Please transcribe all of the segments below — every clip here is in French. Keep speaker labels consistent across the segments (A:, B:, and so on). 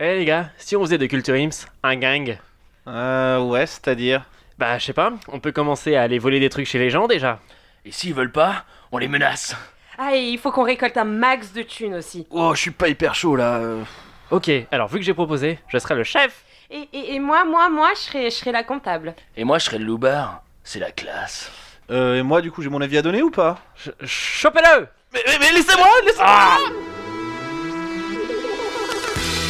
A: Eh les gars, si on faisait de Culture Imps un gang,
B: Euh, ouais, c'est-à-dire.
A: bah je sais pas, on peut commencer à aller voler des trucs chez les gens déjà.
C: Et s'ils veulent pas, on les menace.
D: Ah, et il faut qu'on récolte un max de thunes aussi.
C: Oh, je suis pas hyper chaud là. euh.
A: Ok, alors vu que j'ai proposé, je serai le chef.
D: Et, et- et moi, moi, moi, je serais, je serais la comptable.
C: Et moi, je serais le loupard. C'est la classe.
B: Euh, et moi, du coup, j'ai mon avis à donner ou pas
A: Ch- Chopez-le
C: Mais, mais, mais laissez-moi, laissez-moi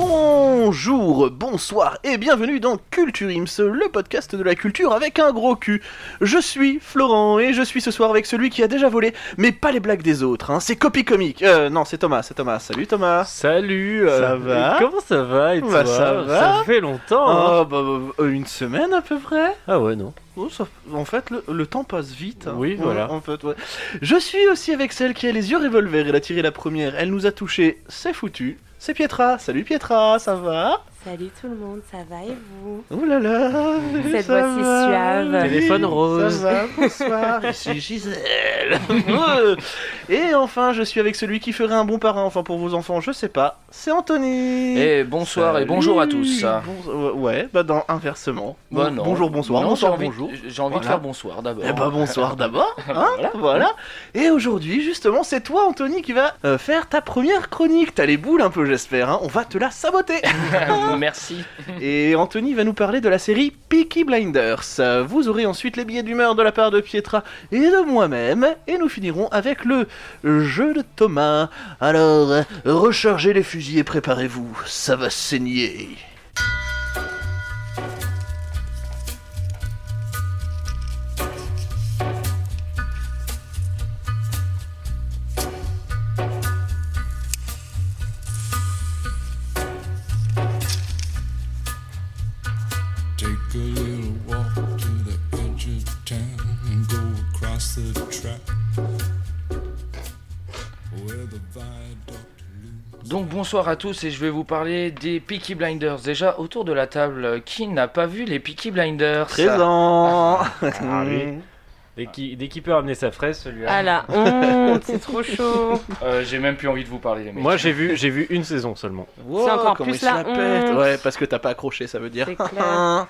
B: Bonjour, bonsoir et bienvenue dans Culture Ims, le podcast de la culture avec un gros cul. Je suis Florent et je suis ce soir avec celui qui a déjà volé, mais pas les blagues des autres, hein, c'est Copy Comique. Euh, non, c'est Thomas, c'est Thomas. Salut Thomas.
A: Ah, Salut
B: Ça va
A: Comment ça va et
B: Bah,
A: toi
B: ça va
A: Ça fait longtemps hein.
B: Ah, bah, bah, euh, une semaine à peu près
A: Ah ouais non.
B: Oh, ça- En fait, le, le temps passe vite. hein.
A: Oui, voilà.
B: En fait, ouais. Je suis aussi avec celle qui a les yeux revolver. Elle a tiré la première. Elle nous a touché. C'est foutu. C'est Pietra. Salut Pietra, ça va
D: Salut tout le monde, ça va et vous
B: Oh là là
D: Cette
B: ça
D: voix si
B: va
D: suave.
B: Oui,
A: Téléphone rose.
B: Ça va, bonsoir, ici Gisèle. Euh, Et enfin, je suis avec celui qui ferait un bon parrain, enfin pour vos enfants, je sais pas, c'est Anthony.
C: Et Eh, bonsoir et bonjour à tous.
B: Bon- ouais, bah dans inversement.
C: Bah,
B: Bon-
C: non.
B: Bonjour, bonsoir,
C: Non,
B: bonsoir,
C: j'ai envie-
B: bonjour.
C: J'ai envie de
B: Voilà.
C: faire bonsoir d'abord.
B: Eh bah bonsoir d'abord, hein, voilà. Et aujourd'hui, justement, c'est toi, Anthony, qui va euh, faire ta première chronique. T'as les boules un peu, j'espère, hein. On va te la saboter.
C: Merci.
B: Et Anthony va nous parler de la série Peaky Blinders. Euh, Vous aurez ensuite les billets d'humeur de la part de Pietra et de moi-même. Et nous finirons avec le jeu de Thomas. Alors, euh, rechargez les fusils et préparez-vous. Ça va saigner.
E: Take a little walk to the edge of town and go across the track where the viaduct looms.
C: Donc bonsoir à tous et je vais vous parler des Peaky Blinders. Déjà autour de la table, euh, qui n'a pas vu les Peaky Blinders
B: Présent.
A: Ah oui. Dès qui, dès qu'il peut ramener sa fraise celui-là.
D: Ah la honte, c'est trop chaud.
C: Euh, J'ai même plus envie de vous parler les mecs.
A: Moi j'ai vu, j'ai vu une saison seulement.
B: Wow,
D: C'est encore
B: comment
D: plus
B: il se la
D: la
B: pète.
D: honte.
B: Ouais, parce que t'as pas accroché, ça veut dire.
D: C'est clair.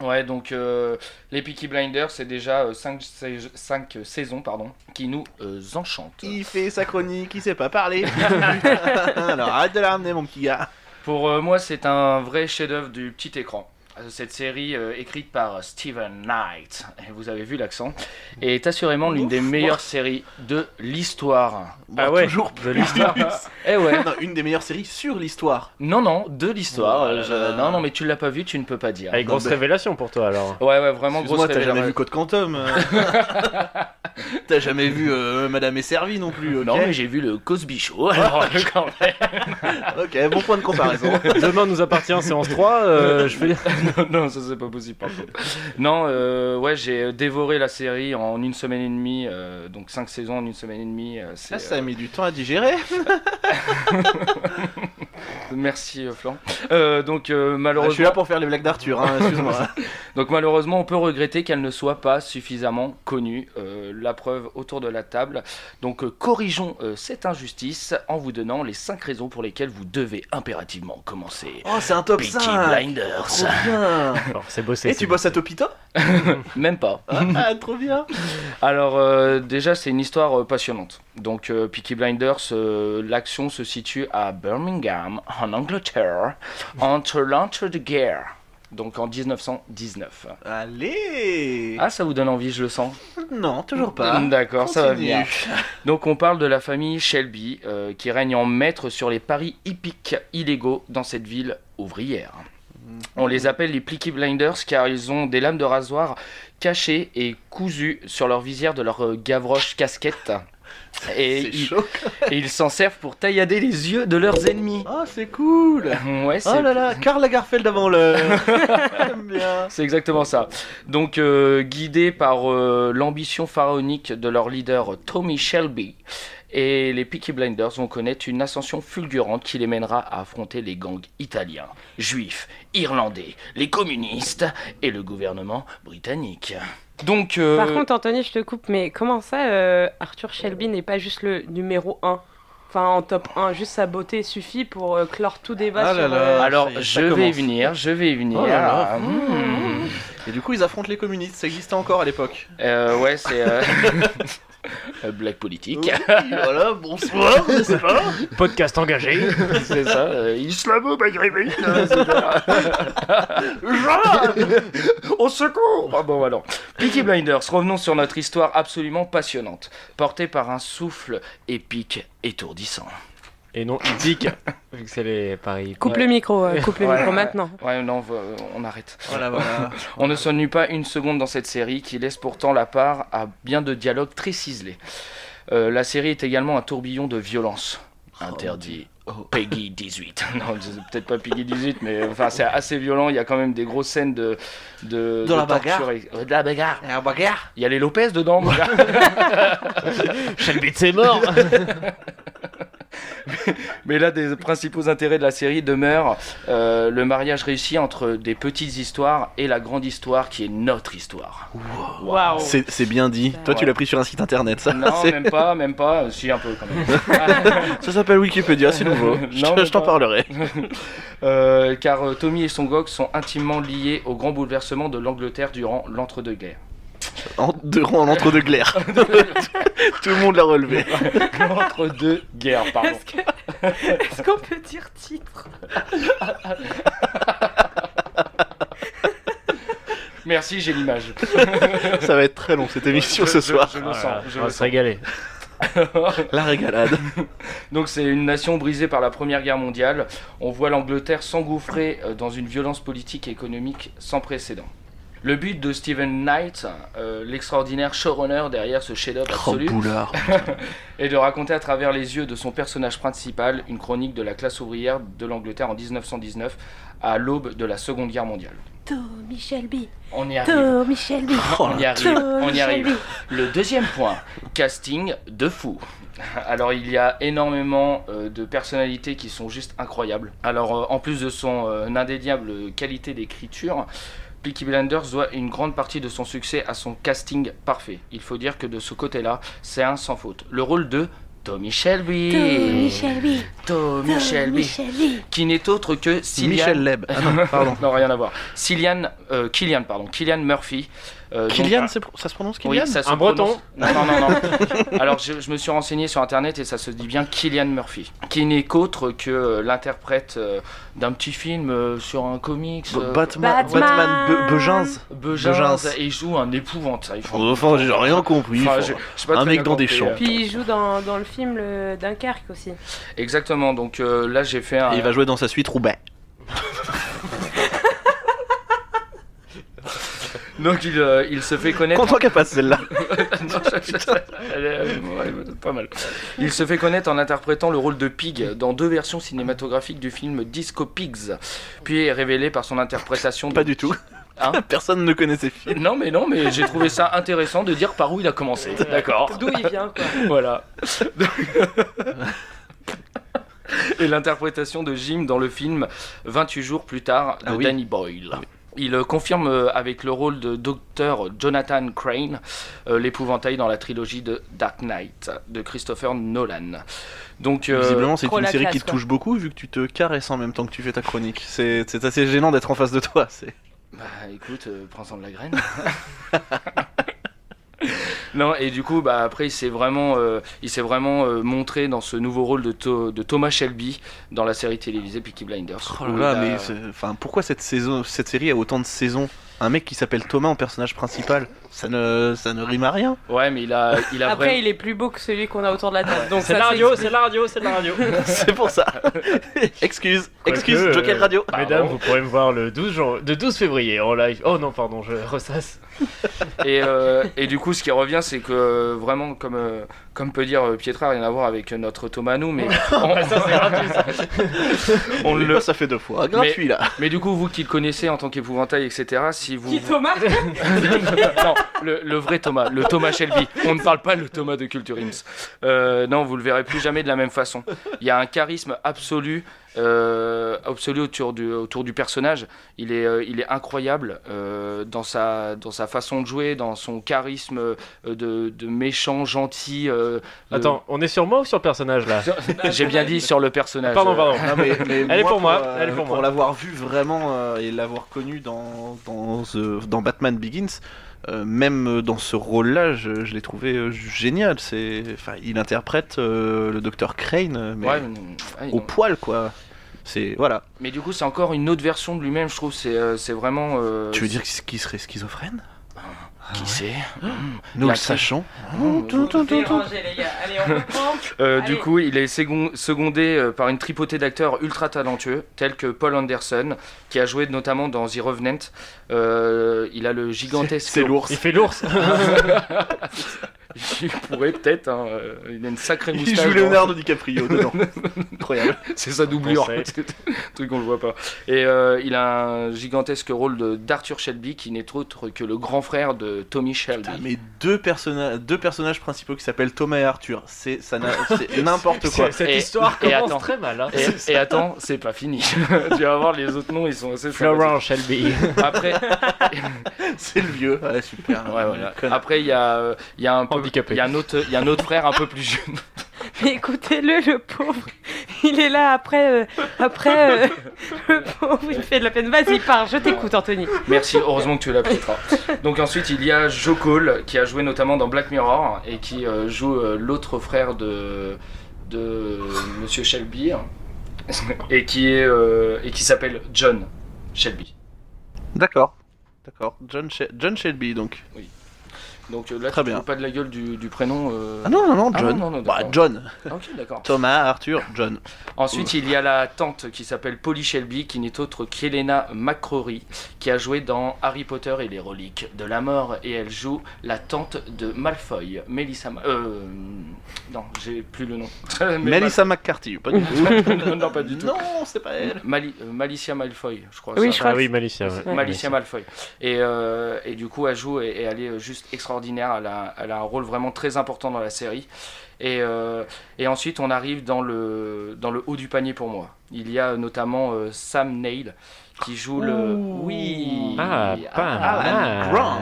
C: Ouais, donc euh, les Peaky Blinders, c'est déjà euh, 5 saisons pardon, qui nous euh, enchantent.
B: Il fait sa chronique, il sait pas parler. Alors arrête de la ramener, mon petit gars.
C: Pour euh, moi, c'est un vrai chef-d'œuvre du petit écran. Euh, Cette série euh, écrite par Steven Knight, et vous avez vu l'accent, est assurément l'une des meilleures séries de l'histoire.
A: Ah
B: Bon,
A: ouais.
B: Toujours
A: De l'histoire.
C: Eh ouais.
B: Non, une des meilleures séries sur l'histoire.
C: Non, non, de l'histoire.
B: Voilà.
C: Je- Non, non, mais tu l'as pas vu, tu ne peux pas dire.
A: Avec Ah, grosse
B: mais-
A: révélation pour toi alors.
C: Ouais, ouais, vraiment grosse
B: Excuse-moi, t'as jamais
C: révélation.
B: vu Code Quantum euh. T'as jamais vu euh, Madame est servie non plus. ok
C: Non, mais j'ai vu le Cosby Show.
B: Ah,
C: Alors, quand même.
B: Ok, bon point de comparaison.
A: Demain nous appartient séance 3, euh, je fais...
C: non, ça c'est pas possible. Par contre. non, euh, ouais, j'ai dévoré la série en une semaine et demie, euh, donc cinq saisons en une semaine et demie. euh,
B: ça,
C: c'est,
B: ça a mis du temps à digérer.
C: Merci euh, Florent. Euh, donc euh,
B: Ah, je suis
C: malheureusement,
B: là pour faire les blagues d'Arthur, hein, excuse-moi.
C: donc malheureusement, on peut regretter qu'elle ne soit pas suffisamment connue. Euh, la preuve autour de la table. Donc euh, corrigeons euh, cette injustice en vous donnant les cinq raisons pour lesquelles vous devez impérativement commencer.
B: oh, c'est un top
C: Peaky
B: 5 Trop
C: Blinders.
B: bien
A: Alors c'est bossé.
B: Et
A: c'est
B: tu bosses à Topita
C: Même pas.
B: ah, ah, trop bien
C: Alors euh, déjà, c'est une histoire euh, passionnante. Donc euh, Peaky Blinders, euh, l'action se situe à Birmingham, en Angleterre, entre l'entre-deux-guerres. Donc en 1919.
B: Allez
C: Ah, ça vous donne envie, je le sens.
B: Non, toujours pas.
C: D'accord, ça va
B: Continue.
C: bien. Donc on parle de la famille Shelby euh, qui règne en maître sur les paris hippiques illégaux dans cette ville ouvrière. On les appelle les Peaky Blinders car ils ont des lames de rasoir cachées et cousues sur leur visière de leur euh, gavroche casquette. Et
B: C'est
C: ils,
B: chaud.
C: et ils s'en servent pour taillader les yeux de leurs ennemis.
B: Ah, c'est cool.
C: Ouais, c'est
B: Oh là là, Karl Lagerfeld avant l'heure. J'aime bien.
C: C'est exactement ça. Donc, euh, guidés par euh, l'ambition pharaonique de leur leader Tommy Shelby, et les Peaky Blinders vont connaître une ascension fulgurante qui les mènera à affronter les gangs italiens, juifs, irlandais, les communistes et le gouvernement britannique. Donc, euh,
D: Par contre, Anthony, je te coupe, mais comment ça, euh, Arthur Shelby n'est pas juste le numéro 1 Enfin, en top 1, juste sa beauté suffit pour euh, clore tout débat
B: Ah
D: sur... euh,
B: là là.
C: alors
B: ça y est,
C: je
B: ça
C: vais y
B: commence.
C: venir, je vais y venir.
B: Oh là là.
C: Mmh.
B: Et du coup, ils affrontent les communistes. Ça existait encore à l'époque.
C: Euh, ouais, c'est. euh, Blague politique.
B: Oui, voilà, bonsoir, n'est-ce pas
A: Podcast engagé.
C: C'est ça, euh, islamo-maghrébine, euh, c'est- Au secours Ah bon, alors. Peaky Blinders, revenons sur notre histoire absolument passionnante, portée par un souffle épique étourdissant.
A: Et non, il dit que- vu que c'est les paris.
D: Coupe le micro, euh, coupe le
C: Ouais,
D: micro
C: ouais.
D: maintenant.
C: Ouais, non, vo- on arrête.
B: Voilà, voilà.
C: On ne s'ennuie pas une seconde dans cette série qui laisse pourtant la part à bien de dialogues très ciselés. Euh, la série est également un tourbillon de violence. Interdit.
B: Oh,
C: Peggy 18. Non, c'est peut-être pas Peggy 18, mais enfin, c'est assez violent. Il y a quand même des grosses scènes de. de
B: Dans
C: de
B: la bagarre.
C: torture et- ouais, De la bagarre.
B: Et un bagarre
C: Il y a les Lopez dedans, mon gars.
A: Shelby, c'est mort.
C: Mais là, des principaux intérêts de la série demeurent euh, le mariage réussi entre des petites histoires et la grande histoire qui est notre histoire.
D: Waouh
B: C'est c'est bien dit. Toi, tu l'as pris sur un site internet, ça.
C: Non,
B: Bah, C'est-
C: même pas, même pas. Euh, Si, un peu quand même.
B: Ça s'appelle Wikipédia, c'est nouveau. Je
C: Non,
B: te-
C: mais
B: je t'en
C: pas.
B: parlerai.
C: Euh, car euh, Tommy et son gog sont intimement liés au grand bouleversement de l'Angleterre durant l'entre-deux-guerres.
B: En deux rangs, en entre-deux glaires. Tout le monde l'a relevé.
C: L'entre-deux-guerres, pardon.
D: Est-ce que- est-ce qu'on peut dire titre
C: Merci, j'ai l'image.
B: Ça va être très long cette émission ce soir.
C: Je le
A: Oh là
C: sens,
A: là,
C: je
A: on va
C: le
A: se
C: sens.
A: régaler.
B: La régalade.
C: Donc c'est une nation brisée par la Première Guerre mondiale. On voit l'Angleterre s'engouffrer euh, dans une violence politique et économique sans précédent. Le but de Stephen Knight, euh, l'extraordinaire showrunner derrière ce chef-d'œuvre
B: Oh,
C: absolu,
B: boulard.
C: et de raconter à travers les yeux de son personnage principal une chronique de la classe ouvrière de l'Angleterre en 1919 à l'aube de la Seconde Guerre mondiale.
D: Tommy Shelby,
C: On y arrive.
D: Tommy Shelby,
B: Oh,
C: On y arrive, on
D: Tommy
C: y
D: Shelby.
C: arrive. Le deuxième point, casting de fou. Alors il y a énormément euh, de personnalités qui sont juste incroyables. Alors euh, en plus de son euh, indéniable qualité d'écriture, Peaky Blinders doit une grande partie de son succès à son casting parfait. Il faut dire que de ce côté-là, c'est un sans faute. Le rôle de Tommy Shelby.
F: Tommy Shelby.
C: Tommy Shelby. Qui n'est autre que Cillian...
B: Michel Leb. Ah non, pardon.
C: Non, rien à voir. Cillian, euh, Killian, pardon. Killian Murphy. Euh, donc-
B: Kylian, c'est pro- ça se prononce
C: oui,
B: Kylian
C: ça se
A: Un breton
C: prononce- Non, non, non. non. Alors, je, je me suis renseigné sur internet et ça se dit bien Killian Murphy, qui n'est qu'autre que euh, l'interprète euh, d'un petit film euh, sur un comics.
B: B-
C: euh,
B: Batman,
D: Batman.
B: Batman Be- Bejins.
C: Bejins,
B: Bejins.
C: Et il joue un épouvante. ça, ils font-
B: Enfin, j'ai rien compris.
C: Enfin,
B: Enfin,
C: je- je sais pas
B: un
C: très
B: mec
C: bien
B: dans des
C: compris,
B: champs.
C: euh.
D: Puis il joue dans, dans le film le Dunkerque aussi.
C: Exactement. Donc euh, là, j'ai fait un.
B: Et il va jouer dans sa suite Roubaix.
C: Donc il, euh, il se fait connaître.
B: Content qu'elle passe celle-là.
C: Non, je- je- elle est- ouais, pas mal. Il se fait connaître en interprétant le rôle de Pig dans deux versions cinématographiques du film Disco Pigs, puis est révélé par son interprétation. de-
B: Pas du tout.
C: Hein
B: Personne ne connaissait Phil.
C: Non mais non mais j'ai trouvé ça intéressant de dire par où il a commencé. D'accord.
D: D'où il vient, quoi.
C: Voilà. Et l'interprétation de Jim dans le film 28 jours plus tard de
B: Ah oui.
C: Danny Boyle. Il euh, confirme euh, avec le rôle de docteur Jonathan Crane euh, l'épouvantail dans la trilogie de Dark Knight de Christopher Nolan. Donc euh,
B: Visiblement, c'est
D: trop
B: une
D: la
B: série qui
D: classe,
B: te
D: quoi.
B: touche beaucoup vu que tu te caresses en même temps que tu fais ta chronique. C'est c'est assez gênant d'être en face de toi. c'est-
C: Bah écoute, euh, prends-en de la graine. Non et du coup bah après il s'est vraiment euh, il s'est vraiment euh, montré dans ce nouveau rôle de, To- de Thomas Shelby dans la série télévisée Peaky Blinders.
B: Oh
C: où
B: là là,
C: il a-
B: mais c'est- enfin, pourquoi cette, saison, cette série a autant de saisons Un mec qui s'appelle Thomas en personnage principal, ça ne, ça ne rime à rien.
C: ouais mais il a il a
D: Après,
C: vraiment-
D: il est plus beau que celui qu'on a autour de la table. Donc
A: C'est
D: ça,
A: la
D: c'est
A: radio, c'est la radio, c'est la radio.
B: C'est pour ça. excuse,
A: Quoique,
B: excuse,
A: euh,
B: Joker Radio.
A: Mesdames, vous pourrez me voir le 12 jan- de 12 février en live. Oh non, pardon, je ressasse.
C: Et, euh, et du coup, ce qui revient, c'est que euh, vraiment, comme, euh, comme peut dire euh, Pietra, rien à voir avec euh, notre Thomas nous, mais on,
D: Bah,
C: on
B: Là,
C: le.
B: ça fait deux fois. Gratuit là.
C: Mais du coup, vous qui le connaissez en tant qu'épouvantail, etc., si vous.
D: Qui Thomas
C: non, le, le vrai Thomas, le Thomas Shelby. On ne parle pas le Thomas de Culture Ims. Euh, non, vous le verrez plus jamais de la même façon. Il y a un charisme absolu, euh, absolu autour du, autour du personnage. Il est, euh, il est incroyable euh, dans, sa, dans sa façon de jouer, dans son charisme euh, de, de méchant, gentil. euh, de-
A: Attends, on est sur moi ou sur le personnage là
C: J'ai bien dit sur le personnage.
A: Pardon, pardon.
B: Non, mais- mais
A: Elle est pour moi, elle est pour
B: pour
A: moi.
B: l'avoir vu vraiment euh, et l'avoir connu dans, dans, The- dans Batman Begins, euh, même euh, dans ce rôle-là, je, je l'ai trouvé euh, génial. C'est, enfin, il interprète euh, le docteur Crane, euh, mais
C: Ouais, mais- ouais,
B: au
C: non.
B: poil quoi. C'est voilà.
C: Mais du coup, c'est encore une autre version de lui-même, je trouve. C'est euh, c'est vraiment. euh,
B: tu veux dire qu'il qu'il serait schizophrène
A: Ah,
B: Ah
C: Qui c'est
B: Nous
C: La
B: le sachons.
C: Mmh.
B: Tout, tout, tout, tout.
D: Dérangez, les gars. Allez, on reprend.
C: Euh,
D: Allez.
C: du coup, il est ségon- secondé euh, par une tripotée d'acteurs ultra talentueux, tels que Paul Anderson, qui a joué notamment dans The Revenant. Euh, il a le gigantesque.
B: C'est l'ours.
A: Il fait l'ours.
C: il pourrait peut-être. hein, euh, il a une sacrée
B: Il
C: moustache.
B: joue
C: dans-
B: Leonardo DiCaprio dedans. Incroyable.
C: C'est sa doublure.
A: On sait.
C: C'est un truc qu'on le voit pas. Et euh, il a un gigantesque rôle de- d'Arthur Shelby, qui n'est autre que le grand frère de Tommy Shelby.
B: Putain, Ah, mais deux, personnages deux personnages principaux qui s'appellent Thomas et Arthur, c'est ça n'a- c'est n'importe quoi.
A: Cette
C: Et-
A: histoire
C: et
A: commence
C: attends.
A: très mal. Hein.
C: Et, et attends, c'est pas fini. tu vas voir, les autres noms, ils sont assez.
A: Florent Shelby.
C: sympathiques. Après,
B: C'est le vieux. Ouais, super.
C: Ouais, voilà.
B: Connard.
C: Après, il y a, euh, il y a un peu-
A: Handicapé.
C: il y a un autre, il y a un autre frère un peu plus jeune.
D: Mais écoutez-le, le pauvre. Il est là après. euh, après. euh, le pauvre, il fait de la peine. Vas-y, pars, je t'écoute, Anthony.
C: Merci, heureusement que tu l'as pris. Fran. Donc ensuite, il y a Joe Cole qui a joué notamment dans Black Mirror et qui euh, joue euh, l'autre frère de de Monsieur Shelby hein, et qui est euh, et qui s'appelle John Shelby.
B: D'accord. D'accord. John, She- John Shelby, donc.
C: Donc euh, là,
B: Très
C: tu te
B: bien.
C: fous pas de la gueule du, du prénom. euh,
B: Ah non, non, non,
C: Ah
B: John.
C: non, non, non,
B: Bah,
C: d'accord.
B: John.
C: ah, ok, d'accord.
B: Thomas, Arthur, John.
C: Ensuite, il y a la tante qui s'appelle Polly Shelby, qui n'est autre qu'Elena McCrory, qui a joué dans Harry Potter et les reliques de la mort, et elle joue la tante de Malfoy, Melissa... Ma- euh, non, j'ai plus le nom. Mais
B: Melissa McCarthy, pas du tout.
C: Mal- non, non, pas du tout.
B: Non, c'est pas elle.
C: Mali- euh, Malicia Malfoy, je crois.
D: Oui,
C: ça.
D: je
A: Ah oui, Malicia. ouais.
C: Malicia Malfoy. Et, euh, et du coup, elle joue et, et elle est euh, juste extraordinaire. Elle a, elle a un rôle vraiment très important dans la série. Et, euh, et ensuite, on arrive dans le, dans le haut du panier pour moi. Il y a notamment euh, Sam Neill qui joue le. Oui
A: Ah, pas
C: ah.
A: mal.
B: Grant.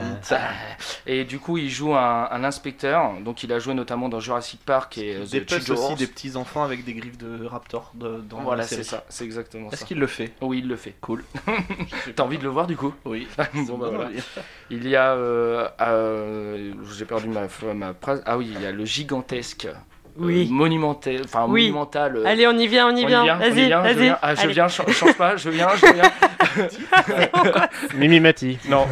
C: Et du coup, il joue un, un inspecteur. Donc, il a joué notamment dans Jurassic Park et euh,
B: Des
C: The
B: puces
C: Tudors.
B: aussi, des petits enfants avec des griffes de raptor de- dans
C: Voilà,
B: la série.
C: c'est ça. C'est exactement
B: Est-ce
C: ça.
B: qu'il le fait
C: Oui, il le fait.
B: Cool.
C: T'as envie de le voir du coup
B: Oui.
C: Bon, bah, voilà. Il y a. euh, euh, J'ai perdu ma, ma phrase. Ah oui, il y a le gigantesque. euh,
D: Oui.
C: monumental. Enfin,
D: Oui.
C: monumental. euh,
D: Allez, on y vient, on y
C: on y
D: vient.
C: vient, on y
D: Vas-y,
C: vient, je
D: vas-y.
C: viens. Ah, je
D: Allez.
C: viens, ch- change pas, je viens, je viens.
A: Mimi Mati.
C: Non,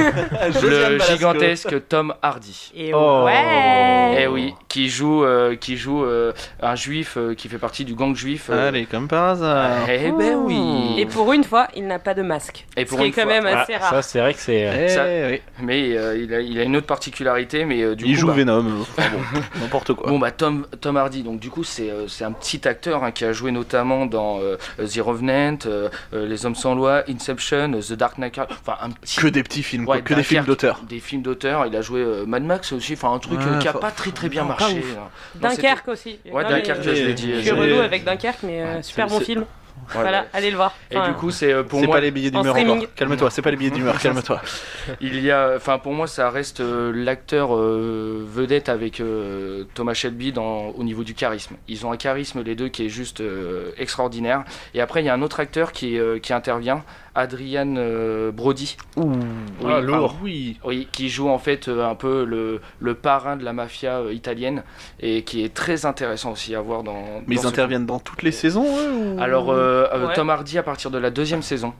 B: Josiane
C: le
B: Balasco.
C: gigantesque Tom Hardy.
D: Et
A: Oh.
D: ouais.
C: Eh oui, qui joue, euh, qui joue euh, un juif euh, qui fait partie du gang juif. euh.
B: Allez, comme par hasard.
C: Eh ben oui.
D: Et pour une fois, il n'a pas de masque.
C: Et
D: ce
C: pour
D: qui est
C: une
D: quand
C: fois.
D: même
A: Ah,
D: assez rare.
A: ça, c'est vrai que c'est. euh,
B: Eh
C: Ça-
B: oui.
C: Mais euh, il, a, il a une autre particularité, mais euh, du
B: Il
C: coup.
B: joue
C: bah,
B: Venom. Enfin bon, n'importe quoi.
C: Bon bah Tom, Tom Hardy, donc du coup c'est euh, c'est un petit acteur hein, qui a joué notamment dans euh, The Revenant, euh, euh, Les Hommes sans loi, Inception, euh, The Dark Knight, enfin un petit...
B: que des petits films, quoi,
C: ouais,
B: que des
C: Dunkerque,
B: films d'auteur.
C: Des films d'auteur, il a joué euh, Mad Max aussi, enfin un truc
B: Ouais,
C: euh, qui a
B: enfin,
C: pas très très bien
B: non, pas
C: marché.
B: ouf.
C: hein. Non, c'était-
D: Dunkerque aussi.
C: Ouais,
D: Non, mais,
C: Dunkerque,
D: euh,
C: je l'ai
D: Je
C: dit.
D: suis
B: Ouais,
C: euh,
D: relou
B: c'est-
D: avec Dunkerque, mais euh,
B: Ouais,
D: super
B: c'est-
D: bon
B: c'est-
D: film.
C: ouais.
D: Voilà, allez le voir.
C: Et
D: Enfin,
C: du coup c'est euh, pour
B: C'est
C: moi...
B: pas les billets
D: en
B: d'humeur
D: streaming.
B: encore. Calme-toi, c'est pas les billets d'humeur, calme-toi.
C: Il y a, enfin pour moi, ça reste euh, l'acteur euh, vedette avec euh, Thomas Shelby dans, au niveau du charisme. Ils ont un charisme les deux qui est juste euh, extraordinaire. Et après, il y a un autre acteur qui, euh, qui intervient, Adrian euh, Brody, Oui,
A: ah, lourd.
B: oui.
C: oui, qui joue en fait euh, un peu le, le parrain de la mafia euh, italienne et qui est très intéressant aussi à voir dans.
B: Mais ils
C: dans ce-
B: interviennent dans toutes les saisons, eux, ou-
C: Alors, euh, euh,
D: Ouais.
C: Tom Hardy à partir de la deuxième saison.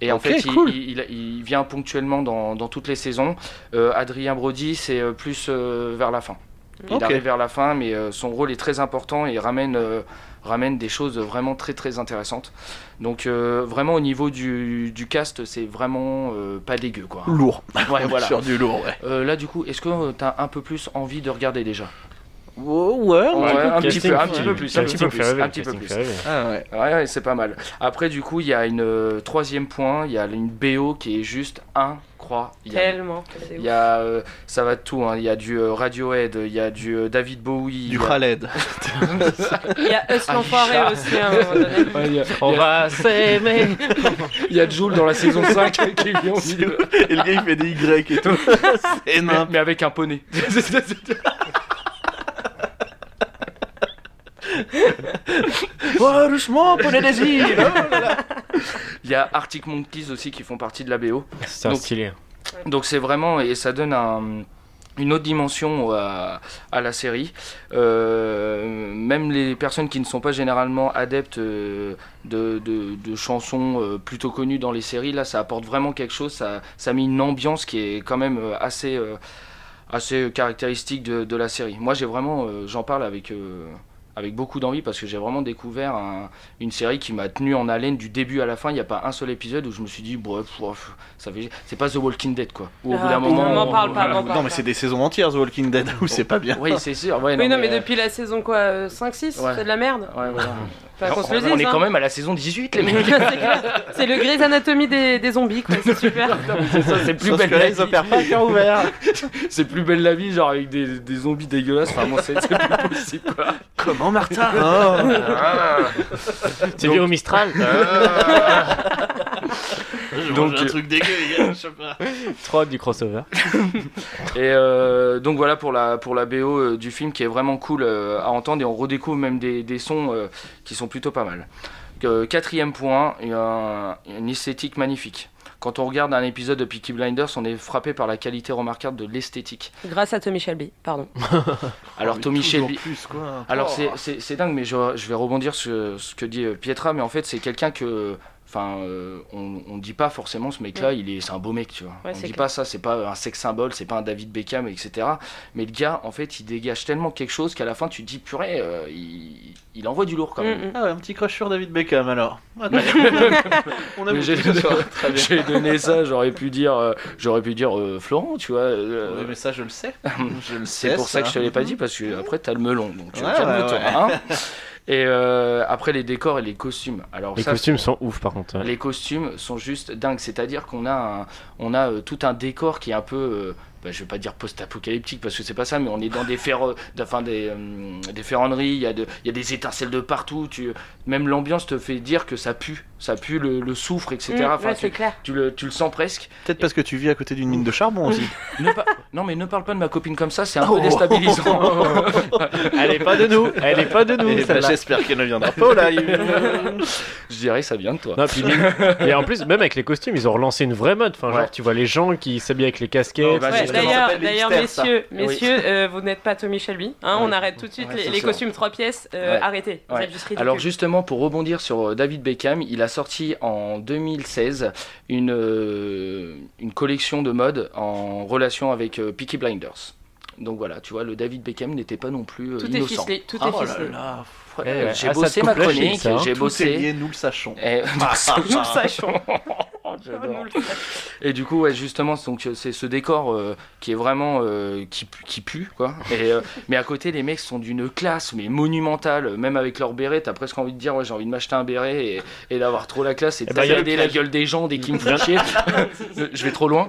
C: Et en
B: Ok,
C: fait, il-
B: cool.
C: il, il- il vient ponctuellement dans, dans toutes les saisons. Euh, Adrien Brody, c'est euh, plus euh, vers la fin. Il
B: Ok.
C: arrive vers la fin, mais euh, son rôle est très important et ramène, euh, ramène des choses vraiment très très intéressantes. Donc euh, vraiment au niveau du, du cast, c'est vraiment euh, pas dégueu quoi.
B: Lourd.
C: Ouais, voilà.
B: Sur du lourd, ouais.
C: Euh, là du coup, est-ce que euh, t'as un peu plus envie de regarder déjà
B: Oh, ouais,
C: Ouais,
B: ouais.
C: un petit
A: Casting
C: peu, un
A: fait-
C: petit peu plus, un
A: casting
C: petit peu
A: fait
C: plus,
A: rêver,
C: un petit peu
A: casting
C: plus.
A: fait rêver.
B: Ah, ouais.
C: Ouais, ouais, c'est pas mal. Après, du coup, il y a une euh, troisième point, il y a une BO qui est juste incroyable.
D: Tellement. c'est
C: Il
D: ouf.
C: y a, euh, ça va de tout, hein. il y a du euh, Radiohead, il y a du euh, David Bowie,
B: Du
C: il y a-
B: Khaled.
D: Il y a Us
C: Ah,
D: l'enfoiré
C: Richard.
D: aussi hein, à un moment donné.
C: Ouais, il y a-
A: On va
D: S'aimer.
C: il y a Jules dans la saison 5 qui est venu en vidéo,
B: Et le gars, il fait des Y et tout. C'est
C: mais,
B: énorme.
C: mais avec un poney.
B: Oh, doucement, poney des îles. hein.
C: Il y a Arctic Monkeys aussi qui font partie de la BO.
A: C'est un
C: Donc-
A: stylé.
C: Donc c'est vraiment, et ça donne un- une autre dimension euh, à, à la série. Euh, même les personnes qui ne sont pas généralement adeptes euh, de, de- de chansons euh, plutôt connues dans les séries, là ça apporte vraiment quelque chose, ça, ça met une ambiance qui est quand même euh, assez, euh, assez caractéristique de, de la série. Moi j'ai vraiment, euh, j'en parle avec... euh, avec beaucoup d'envie parce que j'ai vraiment découvert un- une série qui m'a tenu en haleine du début à la fin. Il n'y a pas un seul épisode où je me suis dit, bref, bref, ça fait... C'est pas The Walking Dead, quoi. Où au bout
D: Ah,
C: d'un
D: mais
C: moment...
D: on m'en parle pas,
C: voilà.
D: m'en parle
B: Non, mais c'est des saisons entières, The Walking Dead, où c'est pas bien.
C: Oui, c'est sûr. Ouais,
D: Oui, non, mais
C: euh,
D: depuis la saison quoi, euh, 5-6,
C: Ouais.
D: c'est de la merde.
C: ouais, voilà.
D: Enfin, qu'on se le
C: on, on
D: dise,
C: est
D: hein.
C: quand même à la saison 18, les
D: C'est
C: mecs.
D: clair. C'est le Grey's Anatomy des, des zombies, quoi, c'est super.
C: c'est ça, c'est plus
B: Sauf
C: belle
B: que là,
C: la
B: ils
C: vie.
B: opèrent pas à cœur ouvert.
C: C'est plus belle la vie, genre avec des, des zombies dégueulasses. Enfin, bon, c'est c'est plus possible, quoi.
B: Comment, Martin Oh.
A: C'est lié au Mistral.
C: Donc, euh,
B: truc dégueu, les gars, je sais pas.
A: 3 du crossover.
C: Et euh, donc voilà pour la, pour la BO euh, du film qui est vraiment cool euh, à entendre et on redécouvre même des, des sons euh, qui sont plutôt pas mal. Euh, quatrième point, il y a un- une esthétique magnifique. Quand on regarde un épisode de Peaky Blinders, on est frappé par la qualité remarquable de l'esthétique.
D: Grâce à Tommy Shelby, pardon.
C: Alors
B: Mais
C: Tommy
B: toujours
C: Shelby,
B: plus, quoi.
C: Alors
B: Oh.
C: c'est- c'est c'est dingue, mais je, je vais rebondir sur ce que dit euh, Pietra, mais en fait c'est quelqu'un que, enfin, euh, on, on dit pas forcément ce mec-là, il est, c'est un beau mec, tu vois.
D: Ouais,
C: on
D: c'est
C: dit
D: clair.
C: pas ça, c'est pas un sex symbole, c'est pas un David Beckham, etc. Mais le gars, en fait, il dégage tellement quelque chose qu'à la fin tu te dis purée, euh, il, il envoie du lourd quand même.
D: Mm, mm.
B: Ah ouais, un petit crush sur David Beckham alors. Attends. On a
C: Mais
B: vu
C: J'ai
B: tout ce soir. Très bien.
C: j'ai donné ça, j'aurais pu dire, euh, j'aurais pu dire euh, Florent, tu vois. euh,
B: Oui, mais ça, je le sais. Je le sais.
C: C'est pour ça Mm. que je te l'ai pas dit parce que après t'as le melon donc tu
B: Ouais,
C: calme-toi.
B: ouais, ouais.
C: hein. et euh, après les décors et les costumes. Alors
A: Les
C: ça,
A: costumes sont ouf par contre. hein. ouais.
C: Les costumes sont juste dingues, c'est-à-dire qu'on a, un- on a euh, tout un décor qui est un peu, euh, bah, je vais pas dire post-apocalyptique parce que c'est pas ça, mais on est dans des fer, enfin des, euh, des ferronneries, il y, a de- il y a des étincelles de partout, tu, même l'ambiance te fait dire que ça pue, ça pue le, le soufre, etc.
D: Mm,
C: Enfin,
D: ouais,
C: tu,
D: c'est clair.
C: tu le, tu le sens presque.
B: Peut-être parce que tu vis à côté d'une mine de charbon aussi.
C: Ne pas- non mais ne parle pas de ma copine comme ça, c'est un
B: Oh.
C: peu déstabilisant.
A: Elle est pas de nous. Eh, Elle est pas de nous.
B: Et bah,
A: celle-là.
B: J'espère qu'elle ne viendra pas au live.
C: je dirais ça vient de toi.
A: Non, puis les- et en plus, même avec les costumes, ils ont relancé une vraie mode. Enfin,
C: Ouais.
A: genre, tu vois les gens qui s'habillent avec les casquettes.
C: Oh, bah,
D: Ouais,
C: justement.
B: Ça
D: D'ailleurs,
B: s'appelle les
D: d'ailleurs,
B: hipsters, ça.
D: messieurs,
C: Oui.
D: messieurs, euh, vous n'êtes pas Tommy Shelby. hein, On
C: Ouais.
D: arrête tout de suite
C: Ouais,
D: les,
C: c'est
D: les
C: sûr.
D: costumes trois pièces. euh,
C: Ouais.
D: Arrêtez. Vous
C: Ouais.
D: êtes juste ridicule.
C: Alors justement, pour rebondir sur euh, David Beckham, il a sorti en 2016 une, euh, une collection de mode en relation avec euh, Peaky Blinders. Donc voilà, tu vois, le David Beckham n'était pas non plus euh,
D: tout est
C: innocent.
D: ficelé. Tout
B: Ah,
D: est
B: oh là
D: ficelé.
B: là.
C: Ouais,
A: Ouais, ouais.
C: J'ai
A: Ah, ça
C: bossé
A: te
C: ma
A: coupe la chic,
C: chronique,
A: ça, hein.
C: j'ai
B: Tout est
C: bossé.
B: lié, nous le sachons.
C: Eh,
D: Nous le sachons.
C: Oh, J'adore.
D: Nous le savons.
C: Et du coup, ouais, justement, donc euh, c'est ce décor euh, qui est vraiment euh, qui, pu- qui pue, quoi. Et, euh, mais à côté, les mecs sont d'une classe mais monumentale. Même avec leur béret, t'as presque envie de dire, ouais, j'ai envie de m'acheter un béret et, et d'avoir trop la classe et de
A: Eh ben, y a le
C: regarder la
A: piège.
C: gueule des gens dès qu'ils me font chier. Euh, Je vais trop loin.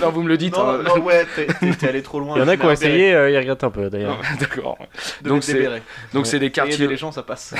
C: non, vous me le dites. hein.
B: Non, non, ouais, t'es- t'es t'es allé trop loin.
A: Il y en a
B: je
A: qui ont
B: l'ai repéré.
A: essayé, euh, ils regrettent un peu d'ailleurs.
C: D'accord.
B: De
C: Donc
B: me
C: c'est-
B: débérer.
C: Donc c'est des
B: Essayer
C: quartiers.
B: d'aider les gens, ça passe.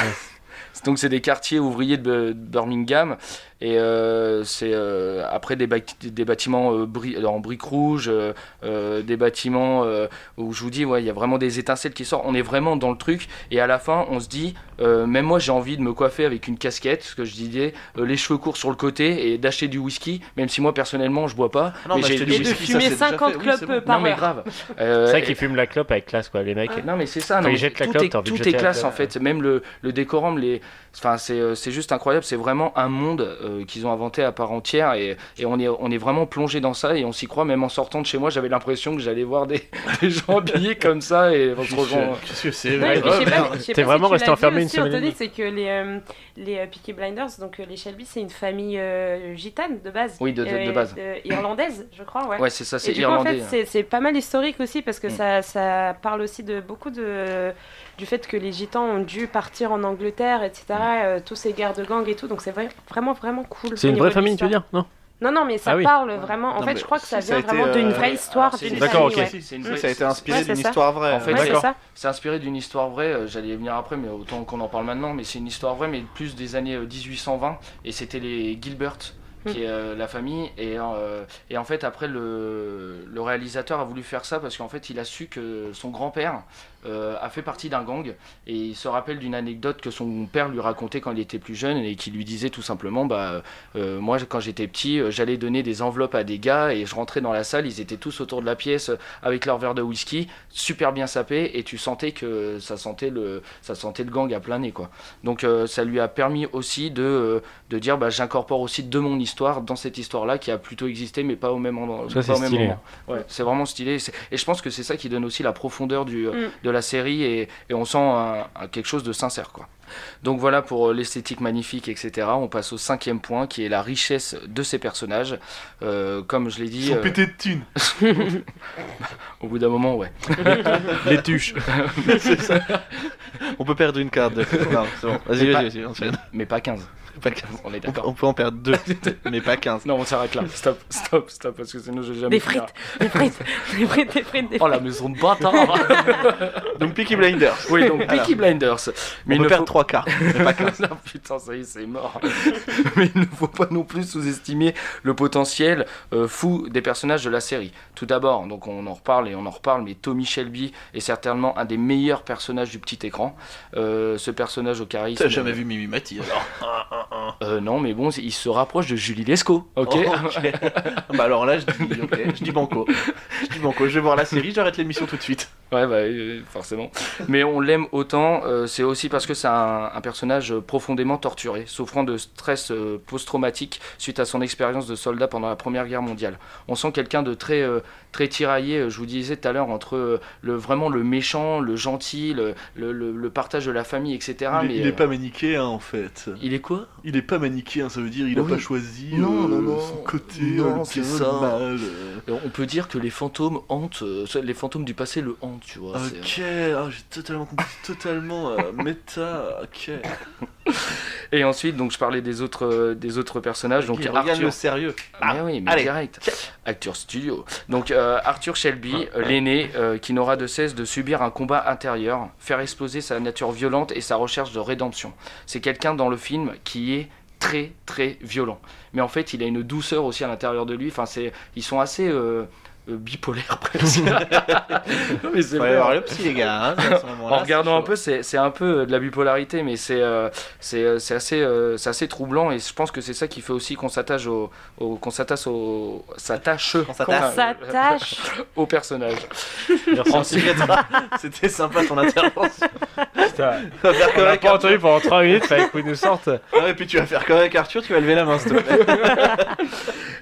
C: Donc c'est des quartiers ouvriers de Bu- Birmingham et euh, c'est euh, après des, bac- des bâtiments euh, bri- en briques rouges, euh, euh, des bâtiments euh, où je vous dis ouais il y a vraiment des étincelles qui sortent. On est vraiment dans le truc et à la fin on se dit euh, même moi j'ai envie de me coiffer avec une casquette, ce que je disais, euh, les cheveux courts sur le côté et d'acheter du whisky. Même si moi personnellement je bois pas,
B: Non, mais
C: mais j'ai
B: acheter
C: du
B: du
D: Et de
C: whisky.
B: whisky, ça,
D: fumer
B: c'est déjà
D: 50
B: fait. Oui,
D: clubs
B: c'est bon.
D: par
C: Non mais
D: heure.
C: grave. Euh,
A: C'est vrai
C: et-
A: qu'ils fument la clope avec classe, quoi, les mecs.
D: Ouais.
C: non mais c'est ça,
A: Quand
C: non,
A: ils
C: mais
A: jettent la
C: tout
A: clope,
C: est,
A: t'as envie de
C: tout
A: jeter
C: est
A: la
C: classe
A: clope,
C: en fait, même le, le décorum, les, enfin c'est euh, c'est juste incroyable, c'est vraiment un monde euh, euh, qu'ils ont inventé à part entière et, et on, est, on est vraiment plongé dans ça et on s'y croit même en sortant de chez moi j'avais l'impression que j'allais voir des, des gens habillés comme ça et
A: euh,
C: franchement
B: Qu'est-ce que c'est
D: Non, et puis, je sais pas, je sais
A: T'es
D: pas si
A: vraiment
D: tu
A: resté
D: l'as
A: enfermé
D: vu
A: une
D: aussi,
A: semaine et
D: Anthony,
A: demie.
D: c'est que les, euh, les euh, Peaky Blinders, donc euh, les Shelby, c'est une famille euh, gitane de base.
C: Oui, de- de-
D: Euh,
C: de base.
D: euh, irlandaise, je crois, ouais.
C: ouais c'est ça
D: Et
C: c'est
D: du coup, en
C: irlandais hein.
D: fait, c'est- c'est pas mal historique aussi parce que
C: Mm.
D: ça, ça parle aussi de beaucoup de du fait que les gitans ont dû partir en Angleterre, etc. euh, tous ces guerres de gangs et tout, donc c'est vrai- vraiment vraiment cool.
A: C'est
D: au
A: une
D: niveau
A: vraie
D: de
A: famille, tu veux
D: l'histoire.
A: dire Non
D: Non, non, mais ça
A: Ah oui.
D: parle vraiment. En
B: Non,
D: fait,
B: mais
D: je crois que ça
B: si, ça
D: vient
B: a été,
D: vraiment d'une
B: euh,
D: vraie histoire.
C: alors, c'est
D: d'une
C: une-
A: D'accord,
D: famille,
A: ok.
D: ouais.
C: C'est une
B: Oui,
C: vraie-
B: ça a été inspiré
D: Ouais, c'est
B: d'une
D: ça.
B: histoire vraie.
C: En fait,
D: Ouais,
B: ouais.
D: c'est
A: D'accord.
D: ça.
C: C'est inspiré d'une histoire vraie, euh, j'allais y venir après, mais autant qu'on en parle maintenant, mais c'est une histoire vraie, mais plus des années euh, 1820, et c'était les Gilbert,
D: Mm.
C: qui est euh, la famille, et, euh, et en fait, après, le, le réalisateur a voulu faire ça parce qu'en fait, il a su que son grand-père euh, a fait partie d'un gang, et il se rappelle d'une anecdote que son père lui racontait quand il était plus jeune, et qui lui disait tout simplement, bah, euh, moi, quand j'étais petit, euh, j'allais donner des enveloppes à des gars, et je rentrais dans la salle, ils étaient tous autour de la pièce, euh, avec leur verre de whisky, super bien sapé, et tu sentais que ça sentait le, ça sentait le gang à plein nez, quoi. Donc euh, ça lui a permis aussi de, euh, de dire, bah, j'incorpore aussi de mon histoire dans cette histoire-là qui a plutôt existé, mais pas au même endroit.
A: Ça,
C: pas
A: c'est
C: au même
A: stylé.
C: moment. Ouais, c'est vraiment stylé. C'est- Et je pense que c'est ça qui donne aussi la profondeur du, euh,
D: Mm.
C: de la série, et, et on sent un- un- quelque chose de sincère, quoi. Donc voilà pour euh, l'esthétique magnifique, etc. On passe au cinquième point qui est la richesse de ces personnages. Euh, comme je l'ai
B: Ils
C: dit,
B: sont
C: euh,
B: pétés de thunes.
C: au bout d'un moment, ouais.
A: Les tuches.
B: C'est ça. On peut perdre une carte. de- Non, c'est bon. Vas-y,
C: pas-
B: vas-y, vas-y, enchaîne.
C: Mais pas 15.
B: Pas 15.
C: On est
B: On peut-
C: d'accord.
B: On peut en perdre deux, mais pas 15.
C: Non, on s'arrête là. Stop, stop, stop, parce que sinon je vais jamais.
D: Des
C: finir.
D: frites, des frites, des frites, des frites, des
C: Oh
D: frites.
C: la maison de bâtard
B: Donc Peaky Blinders.
C: Oui, donc Peaky
B: Alors.
C: Blinders.
B: Mais on
C: il
B: peut
C: ne
B: perdre
C: faut-
B: trois cartes, mais pas 15.
C: Non, putain, ça y est, c'est mort. Mais il ne faut pas non plus sous-estimer le potentiel euh, fou des personnages de la série. Tout d'abord, donc on en reparle et on en reparle, mais Tommy Shelby est certainement un des meilleurs personnages du petit écran. Euh, ce personnage au charisme.
B: T'as jamais vu Mimi Mati alors
C: Euh, Non, mais bon, il se rapproche de Julie Lescaut. Ok.
B: Oh, ok. Bah alors là, je dis, ok, je dis banco. Je dis banco, je vais voir la série, j'arrête l'émission tout de suite.
C: Ouais, bah, euh, forcément. Mais on l'aime autant, euh, c'est aussi parce que c'est un, un personnage profondément torturé, souffrant de stress euh, post-traumatique suite à son expérience de soldat pendant la Première Guerre mondiale. On sent quelqu'un de très, euh, très tiraillé, euh, je vous disais tout à l'heure, entre euh, le, vraiment le méchant, le gentil, le, le- le- le partage de la famille, etc.
B: il, est,
C: mais,
B: il est
C: euh,
B: pas manichéen en fait.
C: il est quoi
B: Il est pas manichéen, ça veut dire il a
C: Oui.
B: pas choisi
C: Non,
B: euh,
C: non, non.
B: son côté,
C: Non,
B: euh, le
C: c'est
B: bien,
C: ça.
B: le mal. euh.
C: Euh, On peut dire que les fantômes hantent, euh, les fantômes du passé le hantent, tu vois. c'est-
B: Ok, ah, j'ai totalement compris, totalement euh, méta, ok.
C: Et ensuite, donc je parlais des autres, euh, des autres personnages, donc
B: il regarde
C: Arthur.
B: le sérieux.
C: Ah, oui, mais
B: allez.
C: direct. Acteur Studio. Donc euh, Arthur Shelby, euh, l'aîné, euh, qui n'aura de cesse de subir un combat intérieur, faire exploser sa nature violente et sa recherche de rédemption. C'est quelqu'un dans le film qui est très très violent. Mais en fait, il a une douceur aussi à l'intérieur de lui. Enfin, c'est, ils sont assez euh, euh, bipolaires presque. Non, mais c'est
B: Faut aller
C: vrai,
B: voir le psy, les gars. hein, à ce moment-là,
C: en regardant un
B: c'est
C: peu, c'est c'est un peu euh, de la bipolarité, mais c'est euh, c'est euh, c'est assez, euh, c'est assez troublant et je pense que c'est ça qui fait aussi qu'on s'attache au, au- qu'on s'attache au s'attache
B: On s'attache.
C: qu'on-
D: Ça tâche.
C: au personnage.
A: Merci.
B: chaud. Psychiatre. C'était sympa ton intervention.
A: Putain.
B: Tu vas faire
A: On
B: comme
A: l'a
B: avec
C: hein.
A: pas entendu
B: Arthur.
A: pendant 3 minutes, fallait qu'il nous sorte.
B: Ah, et puis tu vas faire comme avec Arthur, tu vas lever la main, s'il te plaît.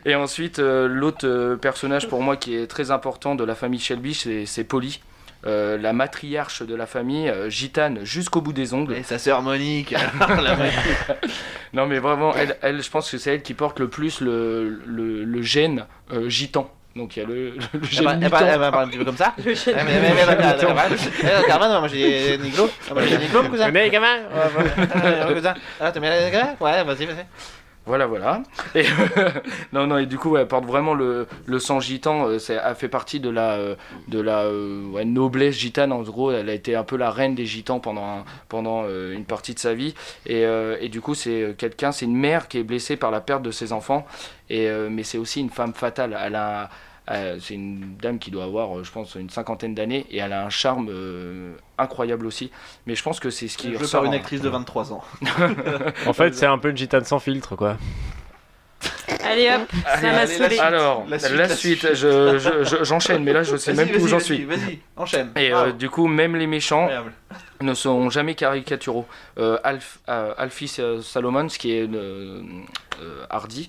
C: Et ensuite, euh, l'autre euh, personnage pour moi qui est très important de la famille Shelby, c'est c'est Polly. euh, la matriarche de la famille, euh, gitane jusqu'au bout des ongles.
B: Et sa sœur Monique. euh, la vraie.
C: Non mais vraiment, elle, elle, je pense que c'est elle qui porte le plus le, le, le gène euh, gitan. Donc il y a le, le, le
B: Elle
C: gène
B: va- elle va-
C: mutant.
B: elle va parler un petit peu comme ça.
D: Le chef-
B: Eh, mais- mais- mais- mais- mais- mais- mais- mais- mais- Carmen, moi j'ai Niglo. Ah, Moi j'ai Niglo, cousin.
A: Mais les gamins
B: Ouais, voilà. Ah, ouais, cousin. Ah, t'aimes bien les gars Ouais, vas-y, vas-y.
C: Voilà, voilà. Et euh, non, non, et du coup, elle porte vraiment le, le sang gitan. euh, ça a fait partie de la, euh, de la euh, ouais, noblesse gitane, en gros. Elle a été un peu la reine des gitans pendant, un- pendant euh, une partie de sa vie. Et, euh, et du coup, c'est euh, quelqu'un, c'est une mère qui est blessée par la perte de ses enfants. Et, euh, mais c'est aussi une femme fatale. Elle a. euh, C'est une dame qui doit avoir, euh, je pense, une cinquantaine d'années et elle a un charme euh, incroyable aussi. Mais je pense que c'est ce qui
B: Je veux
C: ressort
B: faire une
C: en-
B: actrice de 23 ans.
A: En fait, c'est un peu une gitane sans filtre, quoi.
D: Ah, Allez hop, ça m'a
B: allez, la
D: saoulé.
B: suite.
C: Alors,
B: La
C: la
B: suite,
C: suite,
B: la suite.
C: je- je- je- j'enchaîne, mais là je sais
B: Vas-y,
C: même plus où
B: vas-y,
C: j'en
B: vas-y,
C: suis.
B: Vas-y, enchaîne.
C: Et
B: Ah,
C: euh, du coup, même les méchants
B: incroyable.
C: ne seront jamais caricaturaux. Euh, Alf- euh, Alfie euh, Salomons, qui est euh, euh, Hardy,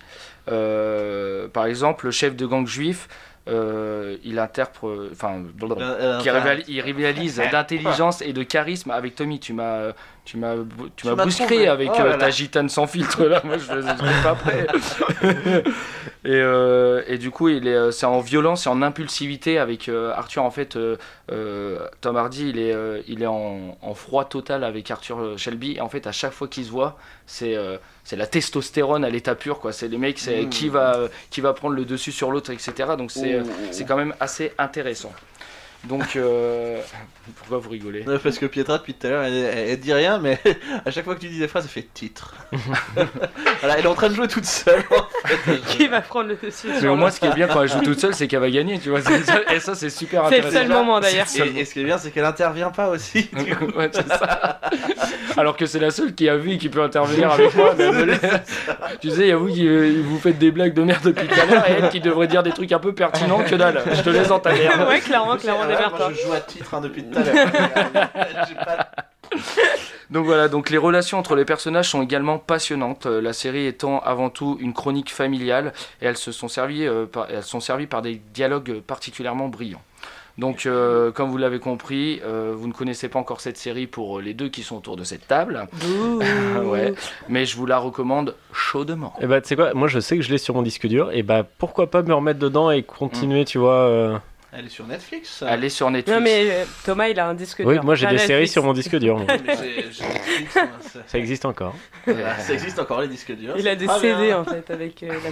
C: euh, par exemple, le chef de gang juif, euh, il interprète. Enfin, blablabla.
B: Euh,
C: qui
B: enfin,
C: rival- il rivalise d'intelligence et de charisme avec Tommy. Tu m'as, euh, tu m'as, bou- tu m'as
B: m'as
C: bousculé
B: troublé.
C: avec
B: Oh
C: euh,
B: là là.
C: ta gitane sans filtre là. Moi, je je suis pas prêt. et, euh, et du coup, il est, euh, c'est en violence et en impulsivité avec euh, Arthur. En fait, euh, euh, Tom Hardy, il est, euh, il est en, en froid total avec Arthur euh, Shelby. Et en fait, à chaque fois qu'ils se voient, c'est euh, c'est la testostérone à l'état pur, quoi. C'est les mecs, c'est
B: Mm.
C: qui va, euh, qui va prendre le dessus sur l'autre, etc. Donc c'est, euh,
B: Oh.
C: c'est quand même assez intéressant. Donc, euh, pourquoi vous rigolez
B: Non, parce que Pietra, depuis tout à l'heure, elle, elle- elle dit rien, mais à chaque fois que tu dis des phrases, elle fait titre. voilà, elle est en train de jouer toute seule. en fait.
D: Qui va prendre le dessus
C: Mais
D: sur
C: au moins,
D: l'autre
C: ce qui est bien quand elle joue toute seule, c'est qu'elle va gagner, tu vois. C'est- ça- Et ça, c'est super
D: C'est le
C: intéressant.
D: seul moment d'ailleurs.
C: C'est-
B: Et, et ce qui est bien, c'est qu'elle intervient pas aussi.
C: Ouais, c'est ça. Alors que c'est la seule qui a vu et qui peut intervenir avec moi. mais elle me laisse. tu sais, il y a vous qui euh, vous faites des blagues de merde depuis tout à l'heure et elle qui devrait dire des trucs un peu pertinents que dalle. Je te laisse dans ta merde.
D: ouais, clairement, clairement,
B: Ah ouais,
D: démerde-toi.
B: moi, je joue à titre hein, depuis tout à l'heure. J'ai pas-
C: Donc voilà, donc les relations entre les personnages sont également passionnantes. euh, La série étant avant tout une chronique familiale, et elles se sont servies, euh, par, elles sont servies par des dialogues euh, particulièrement brillants. Donc, euh, comme vous l'avez compris, euh, vous ne connaissez pas encore cette série pour euh, les deux qui sont autour de cette table, ouais. mais je vous la recommande chaudement.
A: Et bah, tu sais quoi, moi je sais que je l'ai sur mon disque dur, et bah pourquoi pas me remettre dedans et continuer, tu vois. euh.
B: Elle est sur Netflix.
C: Allez sur Netflix.
D: Non mais euh, Thomas il a un disque
A: Oui,
D: dur. Ah,
A: moi j'ai
D: Pas
A: des
D: Netflix.
A: séries sur mon disque dur, moi.
B: Mais j'ai- j'ai Netflix, moi, ça-
A: ça existe encore.
B: Ah, Ça existe encore les disques durs.
D: Il a des
B: Ah,
D: CD
B: bien.
D: en fait avec euh, la